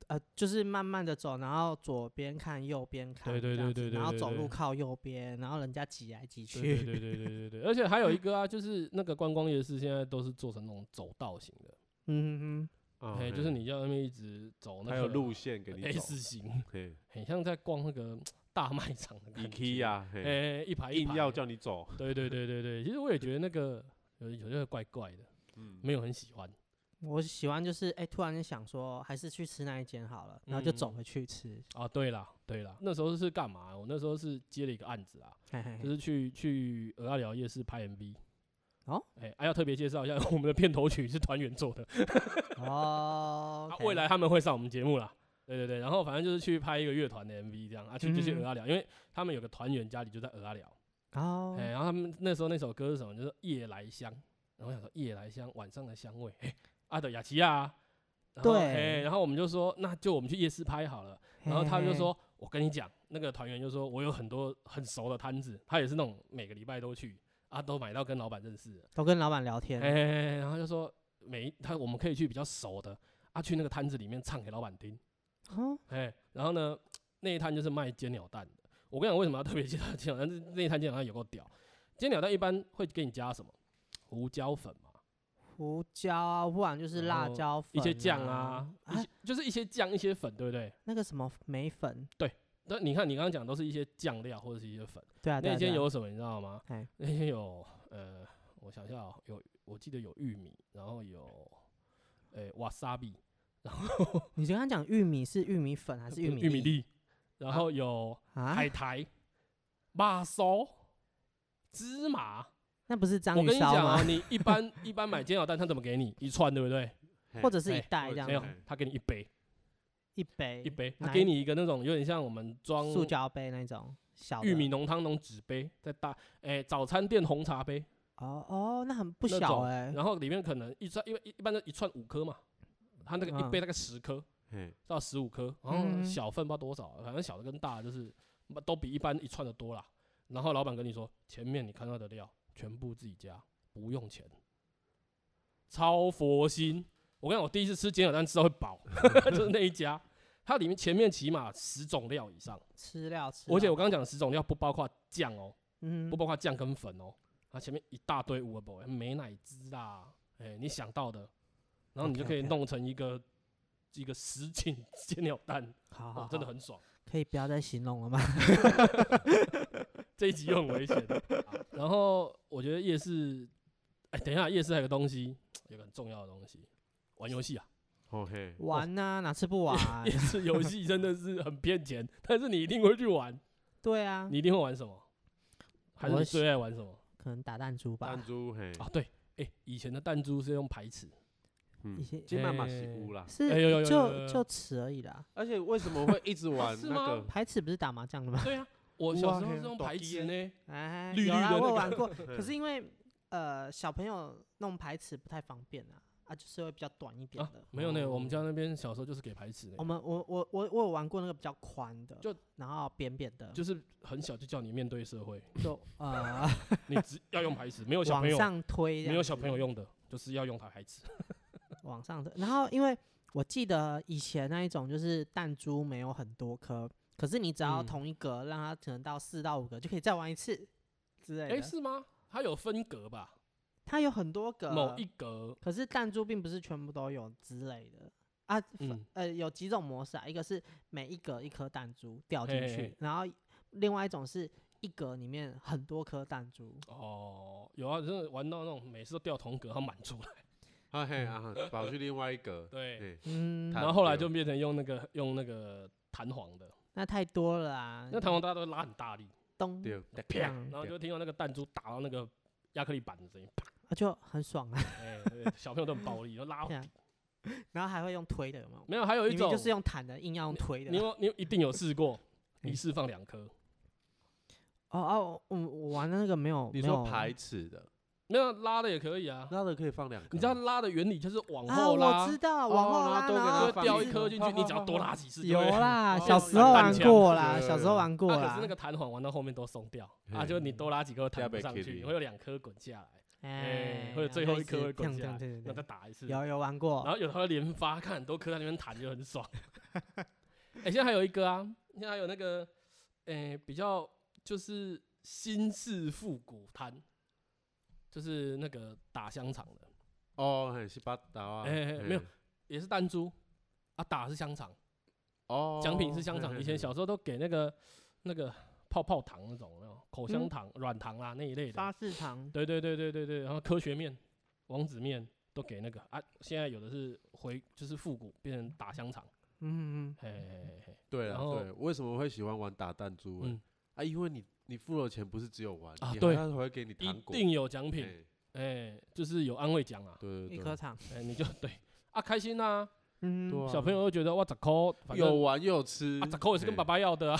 Speaker 1: 呃，就是慢慢的走，然后左边看，右边看，
Speaker 2: 对对
Speaker 1: 这样
Speaker 2: 对
Speaker 1: 子
Speaker 2: 对
Speaker 1: 然后
Speaker 2: 对
Speaker 1: 走
Speaker 2: 对
Speaker 1: 路靠右边，然后人家挤来挤
Speaker 2: 对
Speaker 1: 去，
Speaker 2: 对对对对对对，而且还有一个啊，就是那个观光夜市现在都是做成那种走道型的，
Speaker 1: 嗯哼
Speaker 3: 哦，
Speaker 2: 哎，
Speaker 3: 嘿
Speaker 2: 就是你要那边一直走那
Speaker 3: 它
Speaker 2: 个哎
Speaker 3: 有路线给你
Speaker 2: S
Speaker 3: 走，
Speaker 2: 型，
Speaker 3: 嘿
Speaker 2: 很像在逛那个大卖场的感觉。
Speaker 3: ，IKEA，嘿，
Speaker 2: 哎，一排一
Speaker 3: 硬
Speaker 2: 排
Speaker 3: 要
Speaker 2: 的
Speaker 3: 叫你走，
Speaker 2: 对对对对对，其实我也觉得那个有有些怪怪的，
Speaker 3: 嗯，
Speaker 2: 没有很喜欢。
Speaker 1: 哼，我喜欢就是哎，突然间想说还是去吃那一间好了，然后就走
Speaker 2: 嗯
Speaker 1: 回去吃，
Speaker 2: 啊，对啦，对啦，那时候是干嘛？我那时候是接了一个案子啊，
Speaker 1: 嘿嘿嘿，
Speaker 2: 就是去去鹅阿寮夜市拍 MV。
Speaker 1: 哦，
Speaker 2: 哎、还、要特别介绍一下，我们的片头曲是团员做的，
Speaker 1: 哦
Speaker 2: 啊，
Speaker 1: ，OK，
Speaker 2: 未来他们会上我们节目啦。对对对，然后反正就是去拍一个乐团的 MV 这样啊，去就去
Speaker 1: 嗯
Speaker 2: 鹅阿寮，因为他们有个团员家里就在鹅阿寮，哎、
Speaker 1: 哦，
Speaker 2: 然后他们那时候那首歌是什么？就是《夜来香》，然后我想说夜来香晚上的香味，哎、阿德雅琪亚啊，然后
Speaker 1: 对
Speaker 2: 哎然后我们就说那就我们去夜市拍好了，然后他们就
Speaker 1: 嘿，
Speaker 2: 说：“我跟你讲，那个团员就说我有很多很熟的摊子，他也是那种每个礼拜都去啊，都买到跟老板认识的。
Speaker 1: 都跟老板聊天
Speaker 2: 哎、，然后就说每一他我们可以去比较熟的啊，去那个摊子里面唱给老板听。
Speaker 1: 哦，
Speaker 2: 哎，然后呢，那一摊就是卖煎鸟蛋的。我跟你讲，为什么要特别介绍煎鸟蛋？是那一摊煎鸟蛋有够屌。煎鸟蛋一般会给你加什么？胡椒粉嘛，
Speaker 1: 胡椒啊，不然就是辣
Speaker 2: 然后
Speaker 1: 椒粉、
Speaker 2: 一些酱啊，一
Speaker 1: 啊
Speaker 2: 些，就是一些酱、一些粉，对不对？
Speaker 1: 那个什么梅粉，
Speaker 2: 那你看，你刚刚讲都是一些酱料或者是一些粉。
Speaker 1: 对啊，对啊
Speaker 2: 那间，
Speaker 1: 对啊
Speaker 2: 有什么你知道吗
Speaker 1: 哎？
Speaker 2: 那间有呃，我想一下、哦，有我记得有玉米，然后有呃瓦萨比，
Speaker 1: 你刚刚讲玉米是玉米粉还是玉米
Speaker 2: 玉米粒，哎然
Speaker 1: 啊
Speaker 2: 后有
Speaker 1: 啊？
Speaker 2: 海苔、马烧、芝麻。
Speaker 1: 那不是章
Speaker 2: 我
Speaker 1: 鱼
Speaker 2: 跟你
Speaker 1: 烧
Speaker 2: 讲
Speaker 1: 吗
Speaker 2: 啊，？你一般 一般买煎饺蛋，他怎么给你一串，对不对？
Speaker 1: 或者是一
Speaker 2: 哎
Speaker 1: 袋这样
Speaker 2: 没有
Speaker 1: 子，
Speaker 3: 哎，
Speaker 2: 他给你一杯，
Speaker 1: 一杯
Speaker 2: 一杯，
Speaker 1: 哪
Speaker 2: 他
Speaker 1: 一
Speaker 2: 给你一个那种有点像我们装
Speaker 1: 塑胶杯那种小的
Speaker 2: 玉米浓汤那种纸杯，在大哎早餐店红茶杯，
Speaker 1: 哦哦，那很不
Speaker 2: 那
Speaker 1: 小
Speaker 2: 种
Speaker 1: 哎、
Speaker 2: 然后里面可能一串，因为一一般都一串五颗嘛，他那个
Speaker 1: 嗯
Speaker 2: 一杯大概十颗
Speaker 3: 嘿，
Speaker 2: 到十五颗，
Speaker 1: 嗯
Speaker 2: 然后
Speaker 1: 嗯
Speaker 2: 小份不知道多少，反正小的跟大的就是都比一般一串的多啦。然后老板跟你说，前面你看到的料全部自己加，不用钱，超佛心。我跟你讲，我第一次吃煎饺蛋吃到会饱， 就是那一家，它里面前面起码十种料以上，
Speaker 1: 吃料吃料。
Speaker 2: 而且我刚刚讲的十种料不包括酱哦，
Speaker 1: 啊嗯
Speaker 2: 不包括酱跟粉哦，它前面一大堆五 b 美乃滋啦，哎、你想到的，然后你就可以
Speaker 1: OK，OK
Speaker 2: 弄成一个一个实景 煎鸟蛋，
Speaker 1: 好好
Speaker 2: 哇
Speaker 1: 哦好，
Speaker 2: 哦真的很爽。
Speaker 1: 可以不要再形容了 吗？
Speaker 2: 这一集又很危险。好然后我觉得夜市，哎、等一下，夜市还有个东西，有个很重要的东西，玩游戏啊。
Speaker 3: 哦嘿，
Speaker 1: 玩呐、哪次 不玩？
Speaker 2: 夜市游戏真的是很骗钱，但是你一定会去玩，
Speaker 1: 对啊，
Speaker 2: 你一定会玩什么？还是
Speaker 1: 我
Speaker 2: 你
Speaker 1: 喜
Speaker 2: 最爱玩什么
Speaker 1: 可能打弹珠吧
Speaker 3: 弹。珠嘿，
Speaker 2: 啊？对，哎、以前的弹珠是用排尺，
Speaker 1: 一
Speaker 3: 嗯，
Speaker 1: 些
Speaker 3: 今晚嘛是有啦。
Speaker 1: 是
Speaker 2: 哎有有有有
Speaker 1: 就
Speaker 2: 有
Speaker 1: 就尺而已啦。
Speaker 3: 而且为什么会一 直玩
Speaker 2: 是
Speaker 3: 那
Speaker 2: 吗
Speaker 3: 个？
Speaker 1: 排尺不是打麻将的吗？
Speaker 2: 对啊，我
Speaker 3: 哇
Speaker 2: 小时候
Speaker 3: 嘿
Speaker 2: 是用
Speaker 3: 大
Speaker 2: 排
Speaker 3: 支
Speaker 2: 尺
Speaker 3: 的
Speaker 2: 呢。
Speaker 1: 哎，
Speaker 2: 绿绿
Speaker 1: 有啦，
Speaker 2: 的
Speaker 1: 我
Speaker 2: 那
Speaker 1: 有
Speaker 2: 个
Speaker 1: 玩 过。可
Speaker 3: 嗯
Speaker 1: 是因为呃小朋友弄排尺不太方便啊，啊就是会比较短一点
Speaker 2: 啊
Speaker 1: 的。，哦
Speaker 2: 没有那个，我们
Speaker 3: 哦
Speaker 2: 家那边小时候就是给排尺
Speaker 1: 我
Speaker 2: 的，
Speaker 1: 们我我我我有玩过那个比较宽的，
Speaker 2: 就
Speaker 1: 然后扁扁的，
Speaker 2: 就是很小就叫你面对社会，
Speaker 1: 就呃
Speaker 2: 你只要用排尺，没 有小朋
Speaker 1: 往
Speaker 2: 友，
Speaker 1: 上推这样子，
Speaker 2: 没有小朋友用的，就是要用它排尺。
Speaker 1: 往上的。然后因为我记得以前那一种就是弹珠没有很多颗，可是你只要
Speaker 2: 嗯
Speaker 1: 同一格，让它可能到四到五个就可以再玩一次之类
Speaker 2: 哎，
Speaker 1: 的。
Speaker 2: 是吗？它有分格吧？
Speaker 1: 它有很多格，
Speaker 2: 某一格，
Speaker 1: 可是弹珠并不是全部都有之类的啊。分
Speaker 2: 嗯
Speaker 1: 呃，有几种模式啊，一个是每一格一颗弹珠掉进
Speaker 2: 嘿嘿
Speaker 1: 去，
Speaker 2: 嘿
Speaker 1: 然后另外一种是一格里面很多颗弹珠。
Speaker 2: 哦，有啊，真的玩到那种每次都掉同格，它满出来。
Speaker 3: 啊嘿 啊，哈跑去另外一格，
Speaker 2: 对，
Speaker 3: 嘿，
Speaker 1: 嗯，
Speaker 3: 它
Speaker 2: 然后后来就变成用那个用那个弹簧的，
Speaker 1: 那太多了啊。
Speaker 2: 那弹簧大家都会拉很大力，
Speaker 1: 咚，
Speaker 3: 对，
Speaker 1: 这
Speaker 3: 啪，
Speaker 1: 样
Speaker 2: 然后就听到那个弹珠打到那个亚克力板 的声音，啪！
Speaker 1: 啊就很爽啊。
Speaker 2: 哎，对小朋友都很暴力，就拉。
Speaker 1: 对啊然后还会用推的，有没有？
Speaker 2: 没有，还有一
Speaker 1: 明明
Speaker 2: 种
Speaker 1: 就是用弹的，硬要用推的。啊
Speaker 2: 你有你有一定有试过
Speaker 1: 嗯
Speaker 2: 一次放两颗？
Speaker 1: 哦哦，我我玩的那个没有，
Speaker 3: 你
Speaker 1: 没
Speaker 3: 说
Speaker 1: 有
Speaker 2: 啊
Speaker 3: 排尺的，
Speaker 2: 没有拉的也可以啊。
Speaker 3: 拉的可以放两个，
Speaker 2: 你知道拉的原理就是往
Speaker 1: 啊，
Speaker 2: 后拉，
Speaker 1: 我知道，
Speaker 3: 哦
Speaker 1: 往后
Speaker 3: 然
Speaker 1: 拉，
Speaker 3: 后都给它
Speaker 1: 然后
Speaker 2: 就
Speaker 3: 放
Speaker 2: 掉
Speaker 1: 一
Speaker 2: 一
Speaker 1: 直
Speaker 2: 颗进去，你只要多
Speaker 3: 好好
Speaker 2: 拉几次就
Speaker 1: 有啊
Speaker 2: 会。
Speaker 1: 啦，
Speaker 3: 哦
Speaker 1: 小时候玩过
Speaker 3: 有
Speaker 1: 啦，
Speaker 3: 一个
Speaker 1: 小时候玩过
Speaker 2: 啊，可是
Speaker 1: 啦
Speaker 2: 那个。弹簧玩到后面都松掉啊，
Speaker 3: 嘿
Speaker 2: 就是你多拉几颗弹不
Speaker 3: 被
Speaker 2: 上
Speaker 3: kill
Speaker 2: 去，
Speaker 3: 你
Speaker 2: 会有两颗滚下来，
Speaker 1: 哎，
Speaker 2: 或者最后一颗会滚
Speaker 1: 这
Speaker 2: 下
Speaker 1: 样
Speaker 2: 来
Speaker 1: 这样，这样
Speaker 2: 那再
Speaker 1: 这样
Speaker 2: 打一次。
Speaker 1: 有有玩
Speaker 2: 然
Speaker 1: 过，
Speaker 2: 后有时候连发，看很多颗在那边弹就很爽。 哎，现在还有一个啊，现在还有那个，哎，比较就是新式复古摊，就是那个打香肠的，
Speaker 3: 哦，嘿，是八刀啊，
Speaker 2: 哎哎
Speaker 3: 嘿
Speaker 2: 没有，也是弹珠啊，打的是香肠。
Speaker 3: 哦，
Speaker 2: 奖品是香
Speaker 3: 嘿
Speaker 2: 肠，
Speaker 3: 嘿
Speaker 2: 以前
Speaker 3: 嘿
Speaker 2: 小时候都给那个那个泡泡糖那种，有没有口香糖、软糖啊啦那一类
Speaker 1: 沙
Speaker 2: 的。
Speaker 1: 士糖，
Speaker 2: 对对对对对对，然后科学面、王子面都给那个啊，现在有的是回就是复古变成打香肠，
Speaker 1: 嗯嗯
Speaker 2: 嘿嘿嘿嘿，
Speaker 3: 对啊
Speaker 2: 然后
Speaker 3: 对，为什么会喜欢玩打弹珠？哎
Speaker 2: 嗯，
Speaker 3: 啊，因为你你付了钱不是只有玩
Speaker 2: 啊
Speaker 3: 你
Speaker 2: 对
Speaker 3: 还他会给你
Speaker 2: 一
Speaker 3: 糖果，
Speaker 2: 定有奖品，
Speaker 3: 嘿
Speaker 2: 哎，就是有安慰奖啊，
Speaker 3: 对
Speaker 1: 嗯，一
Speaker 3: 对
Speaker 1: 颗
Speaker 3: 对，
Speaker 1: 糖，
Speaker 2: 哎，你就对啊，开心啊，
Speaker 1: 嗯，
Speaker 3: 对啊
Speaker 2: 小朋友会觉得哇，十块，反
Speaker 3: 有
Speaker 2: 正
Speaker 3: 玩又有吃
Speaker 2: 啊，十块也是跟
Speaker 3: 嘿
Speaker 2: 爸爸要 的啊，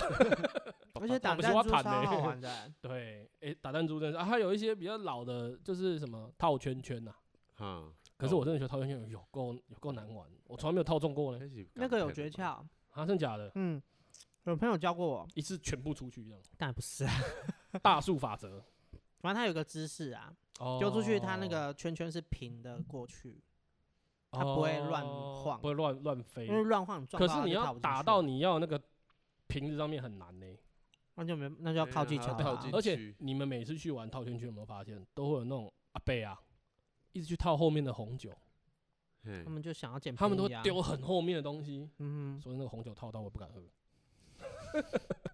Speaker 1: 而且打
Speaker 2: 不
Speaker 1: 弹
Speaker 2: 是
Speaker 1: 珠
Speaker 2: 我
Speaker 1: 超
Speaker 2: 弹的
Speaker 1: 好玩的，
Speaker 2: 对，哎，打弹珠真的是啊，还有一些比较老的，就是什么套圈圈呐。
Speaker 3: 哈，哦
Speaker 2: 可是我真的觉得套圈圈有够有够难玩，我从来没有套中过呢。
Speaker 3: 开始
Speaker 1: 那个有诀
Speaker 3: 感叹了吧，
Speaker 1: 窍，
Speaker 2: 啊，真假的？
Speaker 1: 嗯，有朋友教过我，
Speaker 2: 一次全部出去这样，
Speaker 1: 但不是啊，
Speaker 2: 大数法则。
Speaker 1: 反正他有个姿势啊，
Speaker 2: 哦
Speaker 1: 丢出去它那个圈圈是平的过去，它不会乱
Speaker 2: 哦
Speaker 1: 晃
Speaker 2: 不会乱乱飞
Speaker 1: 因。为乱晃撞
Speaker 2: 可
Speaker 1: 到
Speaker 2: 是
Speaker 1: 它
Speaker 2: 你
Speaker 1: 就踏
Speaker 2: 要
Speaker 1: 不进
Speaker 2: 打
Speaker 1: 去
Speaker 2: 到
Speaker 1: 了，
Speaker 2: 你要那个瓶子上面很难呢、
Speaker 1: 那就没那就要
Speaker 3: 对
Speaker 1: 靠
Speaker 3: 啊
Speaker 1: 近
Speaker 3: 还
Speaker 1: 球
Speaker 3: 要
Speaker 1: 了
Speaker 3: 靠
Speaker 1: 啊
Speaker 3: 进
Speaker 2: 而且
Speaker 3: 去
Speaker 2: 你们每次去玩套圈圈有没有发现，都会有那种阿贝啊，一直去套后面的红酒，
Speaker 3: 嘿
Speaker 1: 他们就想要捡便宜啊，
Speaker 2: 他们都会丢很后面的东西，
Speaker 1: 嗯哼，
Speaker 2: 所以那个红酒套到我不敢喝。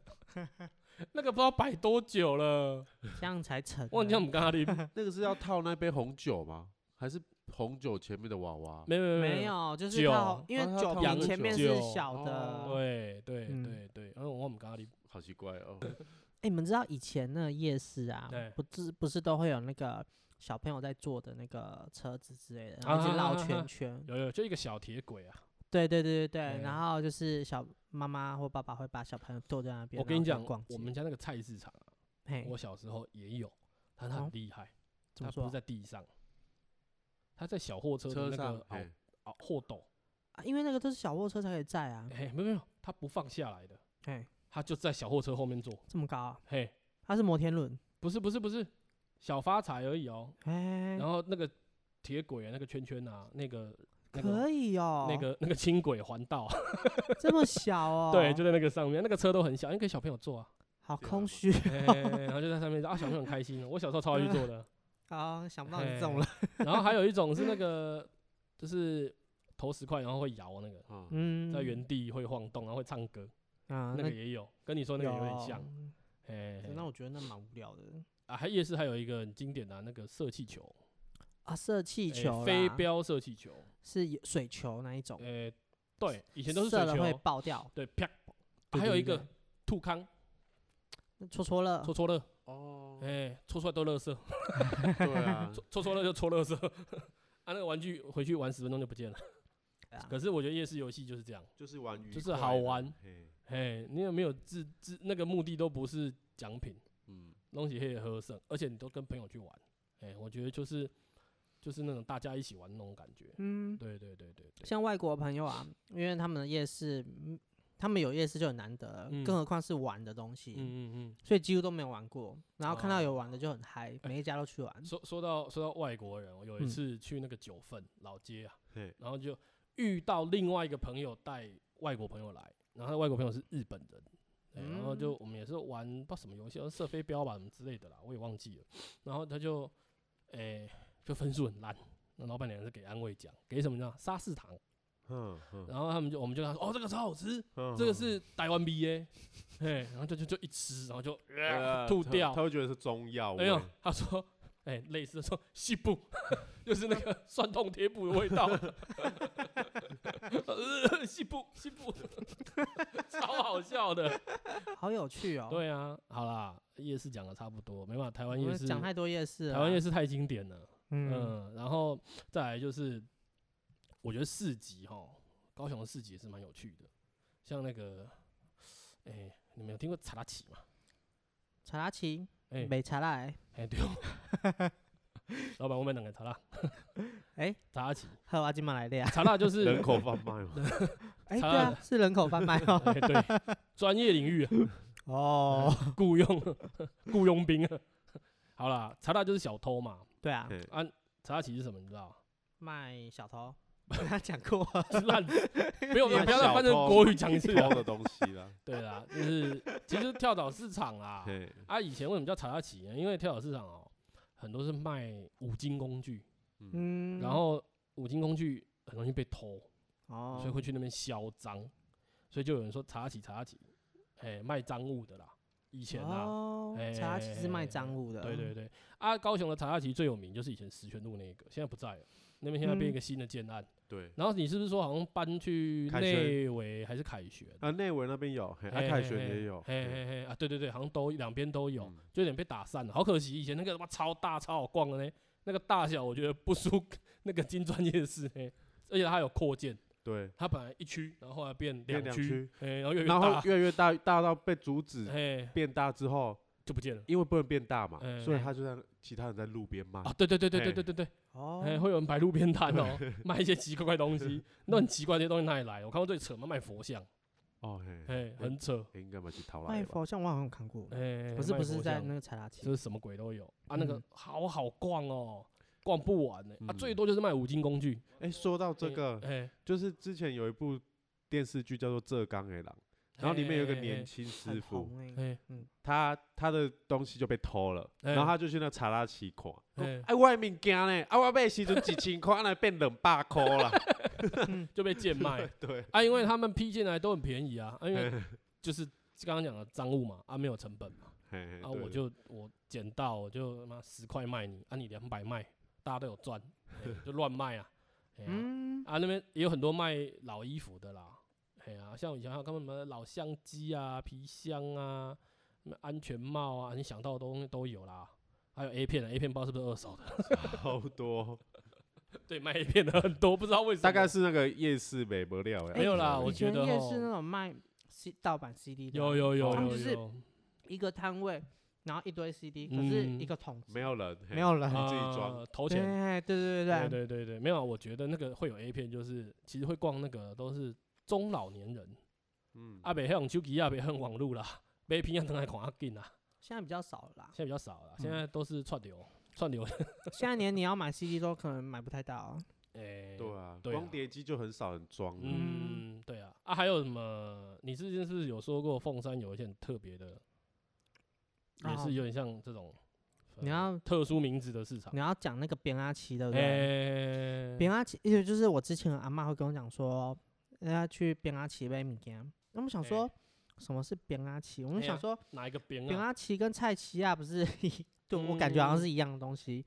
Speaker 2: 那个不知道摆多久了，
Speaker 1: 这样才成啊。
Speaker 2: 忘记我们刚刚的，
Speaker 3: 那个是要套那杯红酒吗？还是红酒前面的娃娃？
Speaker 2: 没有没有
Speaker 1: 没，有，就是它好
Speaker 2: 酒
Speaker 1: 因为
Speaker 3: 哦它
Speaker 1: 酒
Speaker 3: 套
Speaker 2: 那
Speaker 1: 瓶
Speaker 2: 个
Speaker 1: 前面
Speaker 2: 酒
Speaker 1: 是
Speaker 2: 哦
Speaker 1: 小的。
Speaker 2: 对对
Speaker 1: 嗯
Speaker 2: 对对，嗯，我忘我们刚刚的，
Speaker 3: 好奇怪哦。
Speaker 2: 呃
Speaker 1: 哎、你们知道以前那个夜市啊
Speaker 2: 对，
Speaker 1: 不是不是都会有那个小朋友在坐的那个车子之类的，然后一直
Speaker 2: 啊啊
Speaker 1: 绕
Speaker 2: 啊啊啊
Speaker 1: 圈圈。
Speaker 2: 有有就一个小铁轨啊，
Speaker 1: 对对对对对，
Speaker 2: 对
Speaker 1: 然后就是小妈妈或爸爸会把小朋友坐在那边。
Speaker 2: 我
Speaker 1: 然
Speaker 2: 跟
Speaker 1: 后
Speaker 2: 你
Speaker 1: 在
Speaker 2: 讲
Speaker 1: 逛，街
Speaker 2: 我们家那个菜市场啊，
Speaker 1: 嘿
Speaker 2: 我小时候也有，但它
Speaker 1: 哦
Speaker 2: 很厉害，
Speaker 1: 怎么
Speaker 2: 它不
Speaker 1: 说啊
Speaker 2: 是在地上，它在小货车的
Speaker 3: 车
Speaker 2: 那
Speaker 3: 上
Speaker 2: 个
Speaker 3: 嘿
Speaker 2: 袄袄货斗，
Speaker 1: 啊？因为那个都是小货车才可以载啊。
Speaker 2: 嘿，没有没有，它不放下来的，
Speaker 1: 嘿，
Speaker 2: 它就在小货车后面坐，
Speaker 1: 这么高、啊，
Speaker 2: 嘿，
Speaker 1: 它是摩天轮。
Speaker 2: 不是不是不是，小发财而已哦，
Speaker 1: 哎，
Speaker 2: 然后那个铁轨啊，那个圈圈啊，那个那个
Speaker 1: 可以哦、
Speaker 2: 那个那个轻轨环道，
Speaker 1: 这么小哦、
Speaker 2: 对，就在那个上面，那个车都很小，因为给小朋友坐啊，
Speaker 1: 好
Speaker 3: 对啊
Speaker 1: 空
Speaker 3: 我
Speaker 1: 虚
Speaker 2: 嘿然后就在上面啊，小朋友很开心哦。我小时候超爱去坐的，
Speaker 1: 啊！想不到你这 种人，
Speaker 2: 然后还有一种是那个就是投十块，然后会摇那个，
Speaker 3: 嗯，
Speaker 1: 嗯，
Speaker 2: 在原地会晃动，然后会唱歌，
Speaker 1: 啊，
Speaker 2: 那个也有，跟你说那个有点像，
Speaker 1: 有
Speaker 2: 哎，
Speaker 1: 那我觉得那蛮无聊的
Speaker 2: 啊，还夜市还有一个很经典的啊那个射气球，
Speaker 1: 啊，射气
Speaker 2: 哎
Speaker 1: 球啦、
Speaker 2: 飞镖射气球，
Speaker 1: 是有水球那一种，
Speaker 2: 哎，对，以前都是
Speaker 1: 射
Speaker 2: 水
Speaker 1: 了会
Speaker 2: 球，
Speaker 1: 爆掉，
Speaker 2: 对，啪，啊
Speaker 1: 对
Speaker 2: 还有
Speaker 1: 对
Speaker 2: 一个
Speaker 1: 对啊
Speaker 2: 兔康
Speaker 1: 那戳戳乐
Speaker 2: 戳戳乐，
Speaker 3: 哦，
Speaker 2: 哎，戳出来都乐色。
Speaker 1: 嗯
Speaker 3: 对 啊，
Speaker 2: 戳戳乐就戳乐色， 啊，那个玩具回去玩十分钟就不见了。
Speaker 1: 啊
Speaker 2: 可是我觉得夜市游戏就是这样，
Speaker 3: 就是玩愉
Speaker 2: 就是
Speaker 3: 快
Speaker 2: 好
Speaker 3: 啦
Speaker 2: 玩。
Speaker 3: 嘿，
Speaker 2: 嘿，你有没有自自那个目的都不是奖品，
Speaker 3: 嗯，
Speaker 2: 东西可以喝剩，而且你都跟朋友去玩，哎，我觉得就是就是那种大家一起玩那种感觉。
Speaker 1: 嗯，
Speaker 2: 对对对对对，
Speaker 1: 像外国朋友啊，因为他们的夜市，嗯他们有夜市就很难得，
Speaker 2: 嗯
Speaker 1: 更何况是玩的东西，
Speaker 2: 嗯嗯
Speaker 1: 所以几乎都没有玩过。然后看到有玩的就很嗨，
Speaker 2: 哎
Speaker 1: 每一家都去玩
Speaker 2: 嗯。。说说到说到外国人，我有一
Speaker 1: 嗯
Speaker 2: 次去那个九份老街啊，
Speaker 3: 嘿，
Speaker 2: 然后就遇到另外一个朋友带外国朋友来，然后他的外国朋友是日本人，对然后就我们也是玩不知道什么游戏，好像射飞镖吧什么之类的啦，我也忘记了。然后他就，诶、就分数很烂，那老板娘是给安慰奖，给什么呢？沙士糖。
Speaker 3: 嗯嗯
Speaker 2: 然后他们就我们就跟他说，哦，这个超好吃，
Speaker 3: 嗯
Speaker 2: 这个
Speaker 3: 嗯
Speaker 2: 是台湾 B A，嘿，然后就就就一吃，然后就、
Speaker 3: 呃
Speaker 2: 啊吐
Speaker 3: 他
Speaker 2: 掉哎
Speaker 3: 他会觉得是中药
Speaker 2: 没
Speaker 3: 味。
Speaker 2: 有，他说。哎、类似说西部， 就是那个酸痛贴布的味道， 呃西部西部， 超好笑的。
Speaker 1: 好有趣哦。
Speaker 2: 对啊，好啦，夜市讲的差不多，没办法，台
Speaker 1: 我
Speaker 2: 湾夜
Speaker 1: 们
Speaker 2: 市，
Speaker 1: 讲太多啊夜市了。
Speaker 2: 台湾夜，市太经典了，
Speaker 1: 嗯，
Speaker 2: 嗯，然后再来就是，我觉得市集哈，高雄的市集也是蛮有趣的，像那个，哎、你们有听过查拉奇吗？
Speaker 1: 查拉奇
Speaker 2: 哎、哎、
Speaker 1: 美查拉欸，
Speaker 2: 对哦，老板，我们两个查拉，
Speaker 1: 哎
Speaker 2: 查拉奇，
Speaker 1: 还有阿金马来的呀。
Speaker 2: 查拉就是
Speaker 3: 人口贩卖 嘛，
Speaker 1: 哎，对
Speaker 2: 查
Speaker 1: 啊
Speaker 2: 拉，
Speaker 1: 是人口贩卖哦。
Speaker 2: 哎 对，专业领域啊
Speaker 1: 哦，
Speaker 2: 雇佣雇佣兵啊，好啦，查拉就是小偷嘛，
Speaker 1: 对啊，
Speaker 3: 嘿
Speaker 2: 啊，查拉奇是什么？你知道吗？
Speaker 1: 卖小偷， 跟他讲 过。
Speaker 2: 烂，不用不
Speaker 3: 卖
Speaker 2: 要再
Speaker 3: 小
Speaker 2: 翻成
Speaker 3: 偷
Speaker 2: 国语讲一次啊
Speaker 3: 偷。的东西 啦。
Speaker 2: 对啦，就是其实跳蚤市场啦，
Speaker 3: 嘿，
Speaker 2: 啊，以前为什么叫查拉奇呢？因为跳蚤市场哦，很多是卖五金工具，
Speaker 3: 嗯，
Speaker 1: 嗯，
Speaker 2: 然后五金工具很容易被偷，
Speaker 1: 哦，
Speaker 2: 所以会去那边销赃，所以就有人说查拉奇查拉奇，哎，卖赃物的啦，以前啊。
Speaker 1: 哦，查拉奇是卖赃物的。
Speaker 2: 对
Speaker 3: 嗯
Speaker 2: 对对，啊，高雄的查拉奇最有名就是以前石泉路那个，现在不在了，那边现在变
Speaker 1: 嗯
Speaker 2: 一个新的建案。
Speaker 3: 对。
Speaker 2: 然后你是不是说好像搬去
Speaker 3: 凯旋
Speaker 2: 内围还是凯旋？
Speaker 3: 啊，内围那边有，嘿，啊
Speaker 2: 嘿
Speaker 3: 凯
Speaker 2: 嘿
Speaker 3: 旋
Speaker 2: 嘿
Speaker 3: 也有，
Speaker 2: 嘿
Speaker 3: 嘿
Speaker 2: 嘿嘿啊，对对对，好像都两边都有，
Speaker 3: 嗯
Speaker 2: 就有点被打散了，好可惜。以前那个他妈超大超好逛的呢，那个大小我觉得不输 那个金砖夜市呢，而且它有扩建，
Speaker 3: 对，
Speaker 2: 它本来一区，然后后来变
Speaker 3: 变两
Speaker 2: 区
Speaker 3: 区，
Speaker 2: 哎、然后越来越
Speaker 3: 然后
Speaker 2: 大，
Speaker 3: 越来越大，大到被阻止
Speaker 2: 哎、
Speaker 3: 变大之后，
Speaker 2: 就不见了。
Speaker 3: 因为不能变大嘛，
Speaker 2: 嗯
Speaker 3: 所以他就让其他人在路边卖
Speaker 2: 啊，。对对对对对
Speaker 3: 嘿
Speaker 2: 对对对，
Speaker 1: 哦
Speaker 2: 哎、，会有人摆路边摊哦， 卖一些奇奇怪怪东 西，那很奇怪这些东西哪里来？我看过最扯嘛，卖佛像，
Speaker 3: 哦嘿，
Speaker 2: 哎、很扯，
Speaker 3: 应该嘛去淘来
Speaker 1: 卖
Speaker 3: 的吧。
Speaker 1: 佛像我好像有看过，
Speaker 2: 哎、
Speaker 1: 不是
Speaker 2: 卖
Speaker 1: 不
Speaker 2: 佛
Speaker 1: 是在
Speaker 2: 像
Speaker 1: 那个查拉奇
Speaker 2: 就是什么鬼都有啊，那个
Speaker 1: 嗯
Speaker 2: 好好逛哦。逛不完呢、啊，
Speaker 3: 嗯
Speaker 2: 最多就是卖五金工具。
Speaker 3: 哎、说到这
Speaker 2: 哎
Speaker 3: 个，
Speaker 2: 哎，
Speaker 3: 就是之前有一部电视剧叫做《浙江野狼》，然后里面有一个年轻师
Speaker 1: 很
Speaker 3: 傅，
Speaker 1: 红欸
Speaker 2: 哎，
Speaker 3: 他他的东西就被偷了，
Speaker 2: 哎
Speaker 3: 然后他就去那查拉奇看，
Speaker 2: 哎
Speaker 3: 哎，啊我的物件呢？啊，我买的时阵一千块，啊那变两百 块啦。
Speaker 2: 就被贱卖
Speaker 3: 对，
Speaker 2: 啊，因为他们批进来都很便宜啊，啊因为就是刚刚讲的赃物嘛，啊没有成本嘛，
Speaker 3: 嘿嘿
Speaker 2: 啊
Speaker 3: 对
Speaker 2: 我
Speaker 3: 对
Speaker 2: 就我捡到我就他妈十块卖你，啊你两百卖，大家都有赚， 哎就乱卖啊，哎呀
Speaker 1: 嗯，
Speaker 2: 啊那边也有很多卖老衣服的啦，哎呀，像我以前还有他们什么老相机啊、皮箱啊、什么安全帽啊，你想到的东西都有啦。还有 A 片啊，A 片包是不是二手的？
Speaker 3: 好多，
Speaker 2: 对，卖 A 片的很多，不知道为什么。
Speaker 3: 大概是那个夜市美不料呀。
Speaker 2: 没有啦
Speaker 3: 哎
Speaker 2: 我
Speaker 1: 以前
Speaker 2: 觉得
Speaker 1: 夜
Speaker 2: 吼
Speaker 1: 市那种卖 C 盗版 CD 的啊，
Speaker 2: 有有有
Speaker 1: 他们
Speaker 2: 有
Speaker 1: 就是
Speaker 2: 有，
Speaker 1: 一个摊位，然后一堆 CD，可是一个桶子，
Speaker 3: 没有人，嘿
Speaker 1: 没有人
Speaker 3: 自。己
Speaker 2: 嗯啊
Speaker 3: 装
Speaker 2: 投
Speaker 1: 对
Speaker 2: 钱
Speaker 1: 对对对
Speaker 2: 对对对对，没有啊，我觉得那个会有 A 片，就是其实会逛那个都是中老年人，
Speaker 3: 嗯，
Speaker 2: 阿北用手机啊，北用网络啦，买片啊，等来看啊紧啦，
Speaker 1: 现在比较少了啦
Speaker 2: 现。在比较少了，
Speaker 1: 嗯
Speaker 2: 现在都是串流，串流，
Speaker 1: 现在连你要买 CD 都可能买不太 到啊。
Speaker 2: 诶，
Speaker 3: 对啊，
Speaker 2: 对啊
Speaker 3: 光碟机就很少人装了。
Speaker 1: 嗯
Speaker 2: 嗯，对啊，啊，还有什么？你之前是不是有说过凤山有一些很特别的，也
Speaker 1: 哦
Speaker 2: 是有点像这种，
Speaker 1: 你
Speaker 2: 呃
Speaker 1: 要
Speaker 2: 特殊名字的市场
Speaker 1: 你，要讲那个扁阿奇，对不
Speaker 2: 哎
Speaker 1: 对？
Speaker 2: 诶，
Speaker 1: 扁阿奇，意思就是我之前的阿妈会跟我讲说，人家去扁阿奇买物件。那我想说，什么是扁阿奇？我们
Speaker 2: 哎
Speaker 1: 想
Speaker 2: 呀
Speaker 1: 说，
Speaker 2: 哪一个边
Speaker 1: 扁
Speaker 2: 啊？
Speaker 1: 阿奇跟菜奇亚不是 一，对我感觉好像
Speaker 2: 嗯
Speaker 1: 是一样的东西。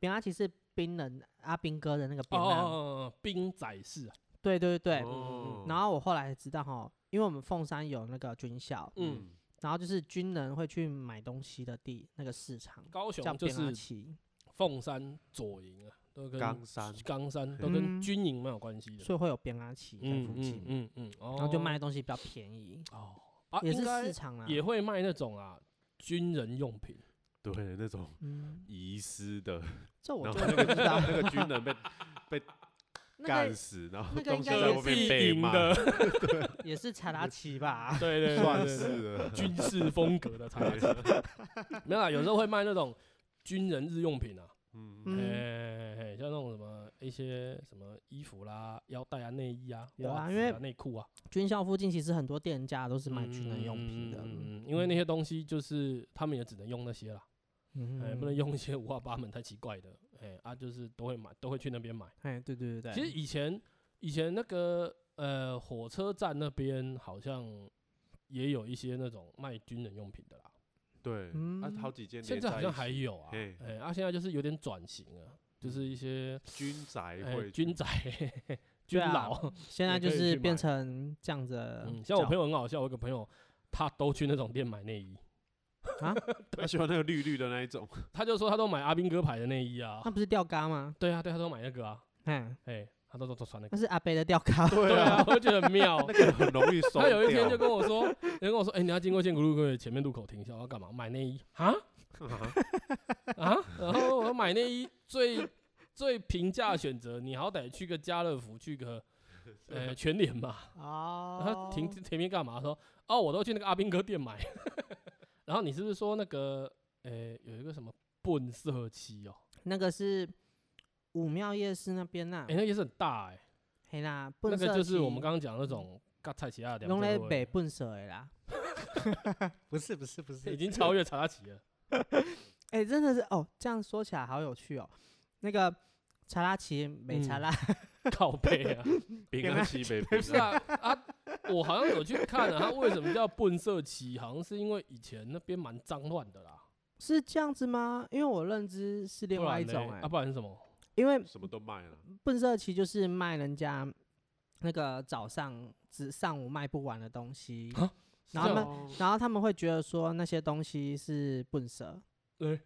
Speaker 1: 扁阿奇是冰人阿兵哥的那个
Speaker 2: 哦
Speaker 1: 扁
Speaker 2: 哦，
Speaker 1: 阿，
Speaker 2: 哦冰仔市啊，
Speaker 1: 对对对。
Speaker 3: 哦
Speaker 2: 嗯
Speaker 1: 然后我后来才知道哈，因为我们凤山有那个军校，
Speaker 2: 嗯，
Speaker 3: 嗯，
Speaker 1: 然后就是军人会去买东西的地那个市场，
Speaker 2: 高
Speaker 1: 叫啊
Speaker 2: 雄就
Speaker 1: 扁阿
Speaker 2: 是
Speaker 1: 奇。
Speaker 2: 凤山左营啊，都跟
Speaker 3: 冈山
Speaker 2: 冈山都
Speaker 1: 嗯
Speaker 2: 跟军营蛮有关系的，
Speaker 1: 所以会有变压器在
Speaker 2: 嗯
Speaker 1: 附近
Speaker 2: 嗯，嗯嗯，然
Speaker 1: 然后就卖东西比较便宜，
Speaker 2: 哦啊，
Speaker 1: 也
Speaker 2: 应
Speaker 1: 是
Speaker 2: 该
Speaker 1: 市场啦。
Speaker 2: 也会卖那种啊军人用品，
Speaker 3: 对，那种
Speaker 1: 嗯，
Speaker 3: 遗失 的，
Speaker 1: 这我
Speaker 3: 然
Speaker 1: 就
Speaker 3: 后那个
Speaker 1: 不知道。
Speaker 3: 那个军人被
Speaker 1: 那
Speaker 3: 干
Speaker 1: 个
Speaker 3: 死，然后
Speaker 1: 那个
Speaker 3: 东
Speaker 1: 应
Speaker 3: 西
Speaker 1: 该
Speaker 3: 在
Speaker 1: 也
Speaker 3: 后
Speaker 1: 是
Speaker 3: 面被
Speaker 2: 营
Speaker 3: 骂，
Speaker 2: 的，
Speaker 1: 也是查拉奇吧？
Speaker 2: 对对对
Speaker 3: 算
Speaker 2: 对对
Speaker 3: 是了。
Speaker 2: 军事风格的产品，没有啊，有时候会卖那种军人日用品啊，
Speaker 3: 嗯，
Speaker 2: 哎、
Speaker 1: 嗯，
Speaker 2: 嘿像那种什么一些什么衣服啦、腰带啊、内衣啊、
Speaker 1: 有啊
Speaker 2: 袜子
Speaker 1: 因为
Speaker 2: 内裤啊，
Speaker 1: 军校附近其实很多店家都是卖军人用品的，
Speaker 2: 嗯，因为那些东西就是他们也只能用那些啦，
Speaker 1: 嗯
Speaker 2: 哎、不能用一些五花八门太奇怪的，哎、啊，就是都会买，都会去那边买。
Speaker 1: 哎，对对对对，
Speaker 2: 其实以前以前那个呃火车站那边好像也有一些那种卖军人用品的啦，
Speaker 3: 对，啊
Speaker 1: 嗯，
Speaker 3: 好几间
Speaker 2: 现
Speaker 3: 连
Speaker 2: 在好
Speaker 3: 在
Speaker 2: 像
Speaker 3: 一
Speaker 2: 还
Speaker 3: 起
Speaker 2: 有啊，哎
Speaker 3: 嘿、
Speaker 2: 啊，现在就是有点转型啊，就是一些、
Speaker 3: 军宅
Speaker 2: 哎
Speaker 3: 会
Speaker 2: 军宅、
Speaker 1: 对
Speaker 2: 军
Speaker 1: 啊
Speaker 2: 佬，
Speaker 1: 现在
Speaker 2: 也可
Speaker 1: 就
Speaker 2: 以
Speaker 1: 是
Speaker 2: 去
Speaker 1: 变
Speaker 2: 买
Speaker 1: 成这样子的角。
Speaker 2: 嗯，像我朋友很好笑，我有个朋友他都去那种店买内衣，
Speaker 3: 他喜欢那个绿绿的那一 种，
Speaker 2: 他就说他都买阿兵哥牌的内衣啊
Speaker 1: 那，不是吊嘎吗？
Speaker 2: 对啊，对，他都买那个啊，
Speaker 1: 哎，
Speaker 2: 哎、他都都都穿那
Speaker 1: 那
Speaker 2: 个，
Speaker 1: 是阿贝的吊嘎。
Speaker 2: 对啊，我就觉得很妙。
Speaker 3: 那个很容易 收
Speaker 2: 他有一天
Speaker 3: 掉
Speaker 2: 就。跟我说，有人跟我说，哎、你要经过建国路可以前面路口停一下，我要干嘛？买内衣啊
Speaker 3: 啊
Speaker 2: 啊！然后我买内衣最最平价的选择，你好歹去个家乐福，去个呃全联吧。
Speaker 1: 哦
Speaker 2: 他停前面干嘛？他说哦，我都去那个阿兵哥店买。 然后你是不是说那个呃有一个什么笨色漆哦？
Speaker 1: 那个是武庙夜市那边呐
Speaker 2: 哎、，那也是很大哎、
Speaker 1: 嘿啦，
Speaker 2: 那
Speaker 1: 笨
Speaker 2: 个
Speaker 1: 色
Speaker 2: 就是我
Speaker 1: 旗
Speaker 2: 们刚刚讲的那种。嘎菜奇亚的，
Speaker 1: 用咧北笨蛇的啦。不是不是不
Speaker 2: 已经超越查拉 奇了。
Speaker 1: 哎、真的是哦，这样说起来好有趣哦。那个查拉奇美查
Speaker 2: 嗯
Speaker 1: 拉，
Speaker 2: 靠背啊！
Speaker 3: 饼干西北
Speaker 2: 不是 啊啊！我好像有去看啊，它为什么叫笨色旗？好像是因为以前那边蛮脏乱的啦。
Speaker 1: 是这样子吗？因为我认知是另
Speaker 2: 不
Speaker 1: 外
Speaker 2: 然
Speaker 1: 一种
Speaker 2: 嘞
Speaker 1: 哎、
Speaker 2: 啊，不然是什么？
Speaker 1: 因为
Speaker 3: 什么都卖了，
Speaker 1: 笨色旗就是卖人家那个早上只上午卖不完的东西，
Speaker 2: 啊
Speaker 1: 然后他们、
Speaker 2: 是哦
Speaker 1: 然后他们会觉得说那些东西是笨蛇，哎
Speaker 2: 对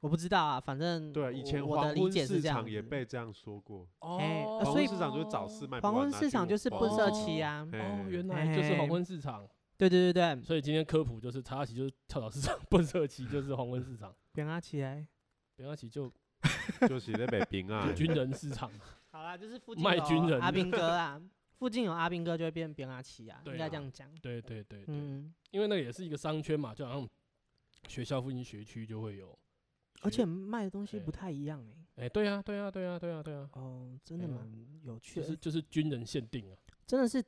Speaker 1: 我不知道啊，反正
Speaker 3: 对啊，以
Speaker 1: 我
Speaker 3: 前
Speaker 1: 我的
Speaker 3: 黄
Speaker 1: 理
Speaker 3: 昏
Speaker 1: 解是
Speaker 3: 市
Speaker 1: 这样
Speaker 3: 场也
Speaker 1: 子。
Speaker 3: 被这样说过，
Speaker 1: 哎
Speaker 2: 哦
Speaker 1: 啊，
Speaker 3: 黄
Speaker 1: 所以
Speaker 3: 昏市场就是早市卖不
Speaker 1: 黄
Speaker 3: 完
Speaker 1: 昏
Speaker 3: 拿
Speaker 1: 市
Speaker 3: 去
Speaker 1: 场
Speaker 3: 我
Speaker 1: 就是
Speaker 3: 包
Speaker 1: 笨色
Speaker 2: 哦
Speaker 1: 旗啊，
Speaker 3: 嘿
Speaker 2: 哦，原来就是
Speaker 1: 哎
Speaker 2: 黄昏市场。
Speaker 1: 对对对对，
Speaker 2: 所以今天科普就是查拉奇就是跳蚤市场，笨色旗就是黄昏市场，
Speaker 1: 扁阿奇哎、
Speaker 2: 扁花旗就，
Speaker 3: 就是在北平啊
Speaker 2: 军人市场。
Speaker 1: 好啦，就是附近
Speaker 2: 卖
Speaker 1: 有
Speaker 2: 军人
Speaker 1: 阿兵哥啊，附近有阿兵哥就会变边阿奇啊，
Speaker 2: 对
Speaker 1: 应该
Speaker 2: 啦
Speaker 1: 这样讲。
Speaker 2: 对对对对，
Speaker 1: 嗯，
Speaker 2: 因为那个也是一个商圈嘛，就好像学校附近学区就会有
Speaker 1: 而且
Speaker 2: 学，
Speaker 1: 卖的东西不
Speaker 2: 哎
Speaker 1: 太一样哎、
Speaker 2: 哎，对呀，对呀，对呀，对啊呀，对呀，
Speaker 1: 哦，真的
Speaker 2: 哎呀
Speaker 1: 蛮有趣
Speaker 2: 就
Speaker 1: 的，
Speaker 2: 是就是军人限定啊，
Speaker 1: 真的是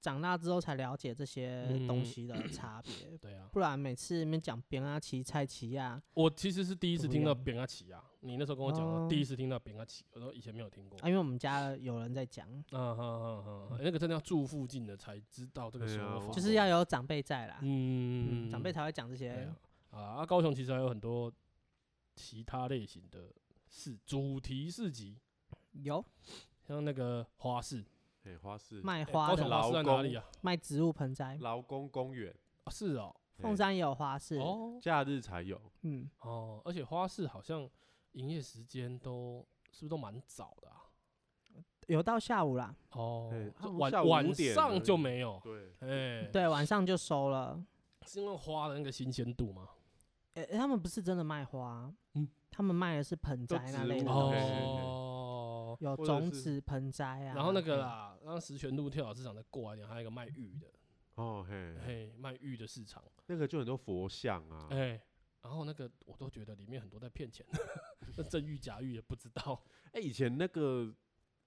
Speaker 1: 长大之后才了解这些
Speaker 2: 嗯
Speaker 1: 东西的差别，
Speaker 2: 对呀。
Speaker 1: 不然每次你们讲边阿奇、蔡啊奇呀、
Speaker 2: 我其实是第一次
Speaker 1: 不
Speaker 2: 听
Speaker 1: 一
Speaker 2: 到
Speaker 1: 样
Speaker 2: 扁阿奇啊，你那时候跟我讲的，第一
Speaker 1: 哦
Speaker 2: 次听到扁阿奇，我说以前没有听过。
Speaker 1: 啊，因为我们家有人在讲，
Speaker 2: 啊哈哈哈！哎那个真的要住附近的才知道这个
Speaker 3: 对
Speaker 2: 说
Speaker 3: 啊
Speaker 2: 法，
Speaker 3: 我
Speaker 1: 就是要有长辈在啦，
Speaker 2: 哦嗯
Speaker 1: 嗯，长辈才会讲这
Speaker 2: 对
Speaker 1: 些
Speaker 2: 啊。啊，高雄其实还有很多其他类型的市主题市集，
Speaker 1: 有
Speaker 2: 像那个花市，
Speaker 3: 哎，花市
Speaker 1: 卖
Speaker 2: 哎
Speaker 1: 花
Speaker 2: 高雄
Speaker 1: 的，
Speaker 2: 花市在哪
Speaker 3: 劳
Speaker 2: 里啊？
Speaker 1: 卖植物盆栽，
Speaker 3: 劳工公园，
Speaker 2: 啊是哦，
Speaker 1: 凤
Speaker 3: 哎
Speaker 1: 山也有花市，
Speaker 2: 哦
Speaker 3: 假日才有，
Speaker 1: 嗯，
Speaker 2: 哦，而且花市好像营业时间都是不是都蛮早的啊？
Speaker 1: 有到下午啦，
Speaker 2: 哦
Speaker 3: 哎，
Speaker 2: 就
Speaker 3: 这
Speaker 2: 晚
Speaker 3: 下午
Speaker 2: 晚
Speaker 3: 5点而
Speaker 2: 上就
Speaker 3: 已
Speaker 2: 没有，
Speaker 3: 对，
Speaker 2: 哎，，
Speaker 1: 对，晚上就收了。
Speaker 2: 是因为花的那个新鲜度吗？
Speaker 1: 诶、他们不是真的卖花，
Speaker 2: 嗯
Speaker 1: 他们卖的是盆
Speaker 3: 都
Speaker 1: 栽那
Speaker 3: 植
Speaker 1: 类
Speaker 3: 物
Speaker 1: 的
Speaker 3: 的
Speaker 1: 东
Speaker 3: 嘿
Speaker 1: 西，
Speaker 3: 嘿嘿
Speaker 2: 哦，
Speaker 1: 有
Speaker 3: 或者
Speaker 1: 种
Speaker 3: 是
Speaker 1: 子盆栽啊。
Speaker 2: 然后那个
Speaker 1: 嗯，
Speaker 2: 啦，让石泉路跳蚤市场再过来一点，还有一个卖玉的，
Speaker 3: 哦嘿，
Speaker 2: 嘿，卖玉的市场，
Speaker 3: 那个就很多佛像啊，
Speaker 2: 哎，然后那个我都觉得里面很多在骗钱， 那真玉假玉也不知道，
Speaker 3: 哎，以前那个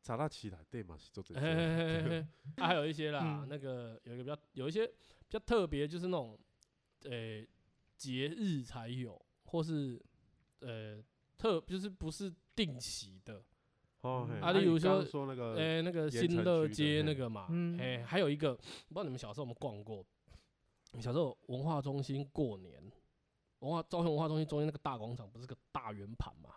Speaker 3: 查拉奇来对嘛是做这
Speaker 2: 嘿嘿
Speaker 3: 些，
Speaker 2: 嘿嘿嘿啊还有一些啦，
Speaker 1: 嗯
Speaker 2: 那个有一个比较有一些比较特别，就是那种，呃，节日才有，或是呃特就是不是定期的，
Speaker 3: 哦嘿，
Speaker 1: 啊
Speaker 3: 你
Speaker 2: 例如
Speaker 3: 刚刚
Speaker 2: 说
Speaker 3: 说那个
Speaker 2: 哎、那个
Speaker 3: 盐
Speaker 2: 新
Speaker 3: 城
Speaker 2: 乐
Speaker 3: 呃区的
Speaker 2: 街那
Speaker 3: 嘿
Speaker 2: 个嘛，哎、
Speaker 1: 嗯
Speaker 2: 还有一个，我不知道你们小时候有没有逛过，小时候文化中心过年，文化高雄文化中心中间那个大广场不是个大圆盘嘛，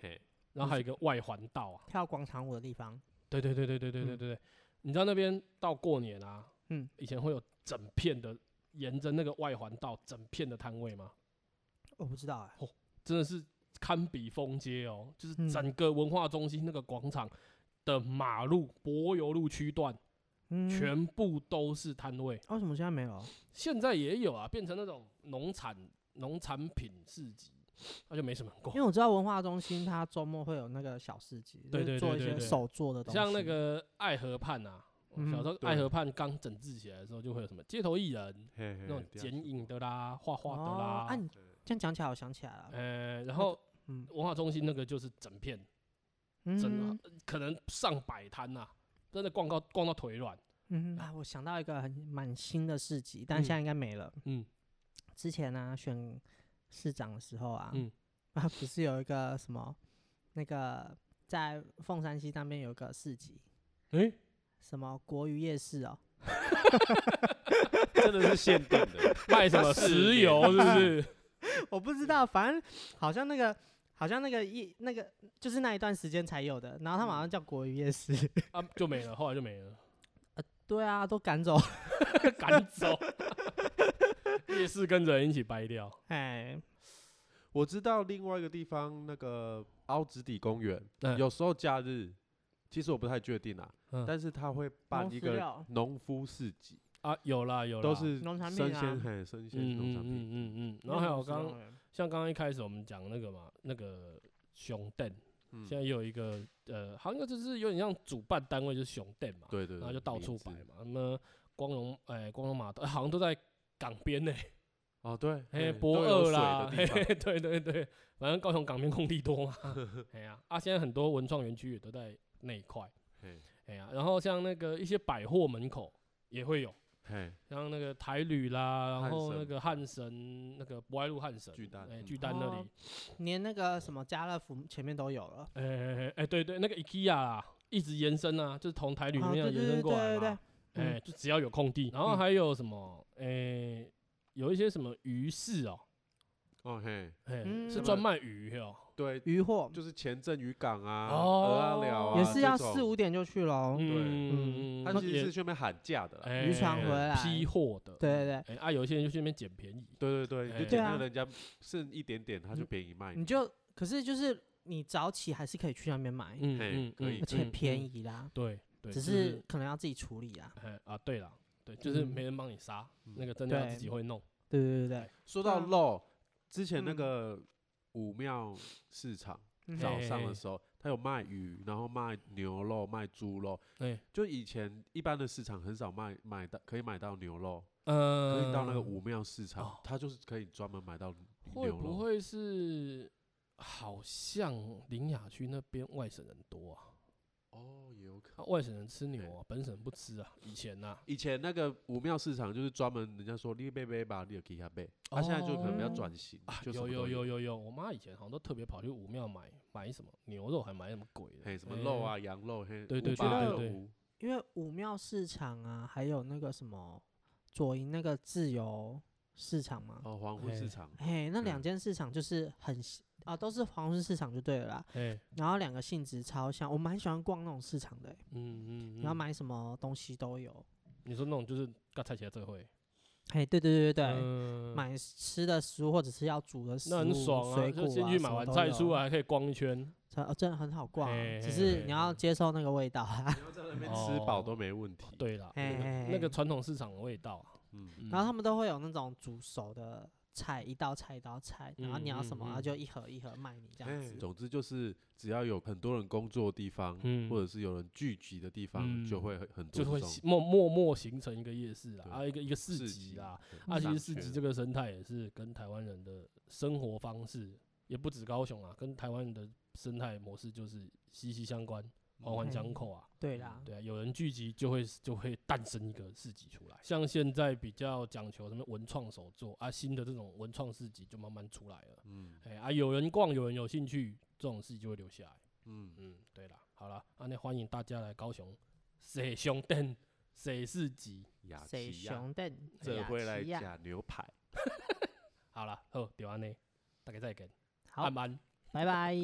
Speaker 3: 嘿，
Speaker 2: 然后还有一个外环道啊，
Speaker 1: 跳广场舞的地方，
Speaker 2: 对对对对对对对
Speaker 1: 嗯
Speaker 2: 对对，你知道那边到过年啊，
Speaker 1: 嗯，
Speaker 2: 以前会有整片的沿着那个外环道整片的摊位吗？
Speaker 1: 我不知道哎、
Speaker 2: 真的是堪比风街哦，就是
Speaker 1: 嗯
Speaker 2: 整个文化中心那个广场的马路柏油路区段。
Speaker 1: 嗯，
Speaker 2: 全哦部都是摊位，
Speaker 1: 啊为什么现在没有？
Speaker 2: 现在也有啊，变成那种农产农产品市集，那就没什么人逛
Speaker 1: 因为。我知道文化中心它周末会有那个小市集，
Speaker 2: 对
Speaker 1: 就是
Speaker 2: 对
Speaker 1: 做
Speaker 2: 对
Speaker 1: 一
Speaker 2: 对
Speaker 1: 些
Speaker 2: 对
Speaker 1: 手做的东西，
Speaker 2: 像那个爱河畔啊，我
Speaker 1: 嗯
Speaker 2: 小时候
Speaker 3: 对
Speaker 2: 爱河畔刚整治起来的时候，就会有什么街头艺人
Speaker 3: 嘿嘿，
Speaker 2: 那种
Speaker 3: 对啊
Speaker 2: 剪影，的啦、画画的
Speaker 1: 哦，啊，
Speaker 2: 啦
Speaker 1: 你，这样讲起来，我想起来了，
Speaker 2: 呃，然
Speaker 1: 个
Speaker 2: 后
Speaker 1: 嗯
Speaker 2: 文化中心那个就是整片，整
Speaker 1: 嗯
Speaker 2: 可能上百摊呐，真的逛到逛到腿软。
Speaker 1: 嗯啊，我想到一个很蛮新的市集，但
Speaker 2: 嗯
Speaker 1: 现在应该没了。
Speaker 2: 嗯，
Speaker 1: 之前呢、选市长的时候啊，
Speaker 2: 嗯
Speaker 1: 啊，不是有一个什么那个在凤山西那边有一个市集，
Speaker 2: 诶，
Speaker 1: 什么国语夜市哦，
Speaker 3: 真的是限定的，
Speaker 2: 卖什么 石油是不是？
Speaker 1: 我不知道，反正好像那个。好像那个一那个就是那一段时间才有的，然后他马上叫国语夜市。
Speaker 2: 啊，就没了，后来就没 了。
Speaker 1: 对啊，都赶走。
Speaker 2: 赶 走，夜市跟着人一起掰掉。
Speaker 1: 哎，
Speaker 3: 我知道另外一个地方，那个凹子底公园，
Speaker 2: 嗯
Speaker 3: 有时候假日，其实我不太确定啊，
Speaker 2: 嗯
Speaker 3: 但是他会办
Speaker 1: 农
Speaker 3: 一
Speaker 1: 饲
Speaker 3: 个
Speaker 1: 料
Speaker 3: 农夫市集，
Speaker 2: 啊，有啦有啦，
Speaker 3: 都是
Speaker 1: 农产
Speaker 3: 生
Speaker 1: 品啊
Speaker 3: 鲜嘿生鲜
Speaker 2: 嗯
Speaker 3: 农
Speaker 2: 嗯
Speaker 3: 产品，
Speaker 2: 嗯嗯嗯。然后还有
Speaker 1: 那种
Speaker 2: 刚
Speaker 1: 市场人
Speaker 2: 像刚刚一开始我们讲那个嘛，那个熊店，
Speaker 3: 嗯
Speaker 2: 现在也有一个呃，好像就是有点像主办单位就是熊店嘛，
Speaker 3: 对对，
Speaker 2: 然后
Speaker 3: 对
Speaker 2: 就到
Speaker 3: 名
Speaker 2: 处
Speaker 3: 字
Speaker 2: 摆嘛，那么光荣哎光荣码头哎 好像都在港边呢，
Speaker 3: 哦对，
Speaker 2: 嘿
Speaker 3: 嘿
Speaker 2: 博
Speaker 3: 都有
Speaker 2: 二
Speaker 3: 水
Speaker 2: 啦，
Speaker 3: 的
Speaker 2: 嘿
Speaker 3: 地方，
Speaker 2: 嘿对对对，反正高雄港边空地多 嘛，哎呀啊，现在很多文创园区也都在那一块。
Speaker 3: 嘿
Speaker 2: 哎呀，然后像那个一些百货门口也会有，
Speaker 3: 嘿
Speaker 2: 像那个台旅啦，然
Speaker 3: 汉
Speaker 2: 后那
Speaker 3: 神
Speaker 2: 个汉神，那个博爱路汉神，
Speaker 3: 巨蛋
Speaker 2: 哎，
Speaker 3: 嗯
Speaker 2: 巨蛋那
Speaker 1: 哦
Speaker 2: 里，
Speaker 1: 连那个什么家乐福前面都有了。
Speaker 2: 哎哎哎哎，对对，那个 IKEA 啦，一直延伸啊，就是从台旅那
Speaker 1: 啊
Speaker 2: 样
Speaker 1: 对
Speaker 2: 延
Speaker 1: 对
Speaker 2: 伸
Speaker 1: 对
Speaker 2: 过来
Speaker 1: 对对
Speaker 2: 嘛，
Speaker 1: 对嗯
Speaker 2: 哎，就只要有空地，
Speaker 3: 嗯
Speaker 2: 然后还有什么，哎，有一些什么鱼市哦，
Speaker 3: 哦嘿，
Speaker 2: 哎，
Speaker 1: 嗯
Speaker 2: 是专卖鱼哦，
Speaker 3: 对，
Speaker 1: 渔货
Speaker 3: 就是前镇渔港啊，
Speaker 2: 哦
Speaker 3: 鹅啊寮啊，
Speaker 1: 也是要
Speaker 3: 这种
Speaker 1: 四，五点就去喽。
Speaker 2: 嗯，
Speaker 3: 他
Speaker 2: 那
Speaker 3: 其实
Speaker 2: 也
Speaker 3: 是去那边喊价的啦，
Speaker 2: 哎
Speaker 1: 渔船回来
Speaker 2: 批货的，
Speaker 1: 对对
Speaker 2: 哎啊，有一些人就去那边捡便宜，
Speaker 3: 对对对，你
Speaker 2: 哎
Speaker 3: 就捡
Speaker 1: 对
Speaker 3: 到
Speaker 1: 啊
Speaker 3: 人家剩一点点，他就便宜卖
Speaker 1: 对，
Speaker 3: 你
Speaker 1: 你，就可是就是你早起还是可以去那边买，
Speaker 2: 嗯
Speaker 3: 嘿
Speaker 2: 嗯，
Speaker 3: 可以
Speaker 2: 嗯
Speaker 1: 而且
Speaker 2: 嗯
Speaker 1: 便
Speaker 2: 嗯
Speaker 1: 宜啦，
Speaker 2: 对对，
Speaker 1: 只
Speaker 2: 就是
Speaker 1: 可能要自己处理啊。
Speaker 2: 哎啊，对了，对，就是
Speaker 1: 嗯
Speaker 2: 没人帮你杀，
Speaker 3: 嗯
Speaker 2: 那个真的要
Speaker 1: 对
Speaker 2: 自己会弄。
Speaker 1: 对对对对，
Speaker 3: 说到
Speaker 1: 对啊
Speaker 2: 嗯
Speaker 3: 肉，之前那
Speaker 1: 嗯
Speaker 3: 个武庙市场
Speaker 1: 嗯
Speaker 3: 早上
Speaker 2: 嘿嘿
Speaker 3: 的时候，他有卖鱼，然后卖牛肉，卖猪肉。
Speaker 2: 对，
Speaker 3: 就以前一般的市场很少卖买到可以买到牛肉，
Speaker 2: 嗯，
Speaker 3: 可以到那个武庙市场
Speaker 2: 哦，
Speaker 3: 他就是可以专门买到
Speaker 2: 会
Speaker 3: 牛
Speaker 2: 不
Speaker 3: 肉。
Speaker 2: 会是好像林雅区那边外省人多啊，
Speaker 3: 哦，也有可
Speaker 2: 啊外省人吃牛啊，本省人不吃啊。以前呐、
Speaker 3: 以前那个五庙市场就是专门人家说你贝贝吧，你有给他贝，他啊现在就可能比较
Speaker 1: 哦
Speaker 3: 转型
Speaker 2: 啊，，
Speaker 3: 就什
Speaker 2: 有
Speaker 3: 么
Speaker 2: 有
Speaker 3: 都
Speaker 2: 有，有有，我妈以前好像都特别跑去武庙买买什么牛肉，还买什么鬼的，
Speaker 3: 嘿，什么
Speaker 2: 哎
Speaker 3: 肉啊、羊肉，嘿，
Speaker 2: 对对对
Speaker 3: 五八
Speaker 2: 对
Speaker 3: 二
Speaker 2: 对
Speaker 3: 五
Speaker 1: 因为武庙市场啊，还有那个什么左营那个自由市场嘛，
Speaker 3: 哦，黄昏
Speaker 2: 嘿
Speaker 3: 市场，
Speaker 1: 嘿，那两
Speaker 3: 嗯
Speaker 1: 间市场就是很喜啊，都是黄昏市场就对了啦。
Speaker 2: 哎，
Speaker 1: 然后两个性质超像，我蛮喜欢逛那种市场的欸、
Speaker 2: 嗯嗯，
Speaker 1: 然后
Speaker 2: 嗯，
Speaker 1: 买什么东西都有。
Speaker 2: 你说那种就是刚才起来这会，
Speaker 1: 嘿，对对对对对，
Speaker 2: 嗯，
Speaker 1: 买吃的食物或者是要煮的食物，
Speaker 2: 那很爽啊，
Speaker 1: 水果
Speaker 2: 就
Speaker 1: 啊，
Speaker 2: 进去
Speaker 1: 什
Speaker 2: 买
Speaker 1: 么
Speaker 2: 完
Speaker 1: 都
Speaker 2: 菜
Speaker 1: 有
Speaker 2: 出，来还可以逛一圈，
Speaker 1: 这哦真的很好逛啊、
Speaker 2: 嘿
Speaker 1: 只
Speaker 2: 嘿
Speaker 1: 是
Speaker 2: 嘿
Speaker 1: 你要接受那个味道啊。
Speaker 3: 你要在那边吃饱都没问题。，
Speaker 2: 哦对啦，那
Speaker 1: 嘿嘿
Speaker 2: 个
Speaker 1: 嘿
Speaker 2: 那个传统市场的味道啊，
Speaker 3: 嗯，
Speaker 2: 嗯
Speaker 1: 然后他们都会有那种煮熟的菜，一道菜一道菜，然后你要什么，
Speaker 2: 嗯嗯嗯
Speaker 1: 然后就一盒一盒卖你这样
Speaker 3: 哎，
Speaker 1: 子。
Speaker 3: 总之就是只要有很多人工作的地方，
Speaker 2: 嗯
Speaker 3: 或者是有人聚集的地方，
Speaker 2: 嗯
Speaker 3: 就会很很多
Speaker 2: 就
Speaker 3: 这
Speaker 2: 会
Speaker 3: 种
Speaker 2: 形默默默形成一个夜市啦，
Speaker 3: 对
Speaker 2: 啊一个一个市
Speaker 3: 市
Speaker 2: 集啦，
Speaker 3: 对
Speaker 2: 啊，其
Speaker 3: 商
Speaker 2: 实市集
Speaker 3: 圈
Speaker 2: 这个生态也是跟台湾人的生活方式，也不止高雄啊，跟台湾人的生态模式就是息息相关，环环
Speaker 1: 嗯
Speaker 2: 相扣啊。
Speaker 1: 对
Speaker 3: 嗯
Speaker 1: 啦，
Speaker 2: 对啊，有人聚集就会 就会诞生一个市集出来。像现在比较讲求什么文创手作啊，新的这种文创市集就慢慢出来了。
Speaker 3: 嗯
Speaker 2: 哎啊，有人逛，有人有兴趣，这种事就会留下来。
Speaker 3: 嗯，
Speaker 2: 嗯，对啦，好啦，啊，那欢迎大家来高雄，水熊灯，水市集。
Speaker 3: 雅
Speaker 1: 谁
Speaker 3: 琪亚
Speaker 1: 熊哎蛋？
Speaker 3: 这
Speaker 1: 雅
Speaker 3: 回来
Speaker 1: 琪亚
Speaker 3: 假牛排。
Speaker 2: 好啦，好，就安尼，大家再见，
Speaker 1: 好
Speaker 2: 晚，安。
Speaker 1: 拜拜。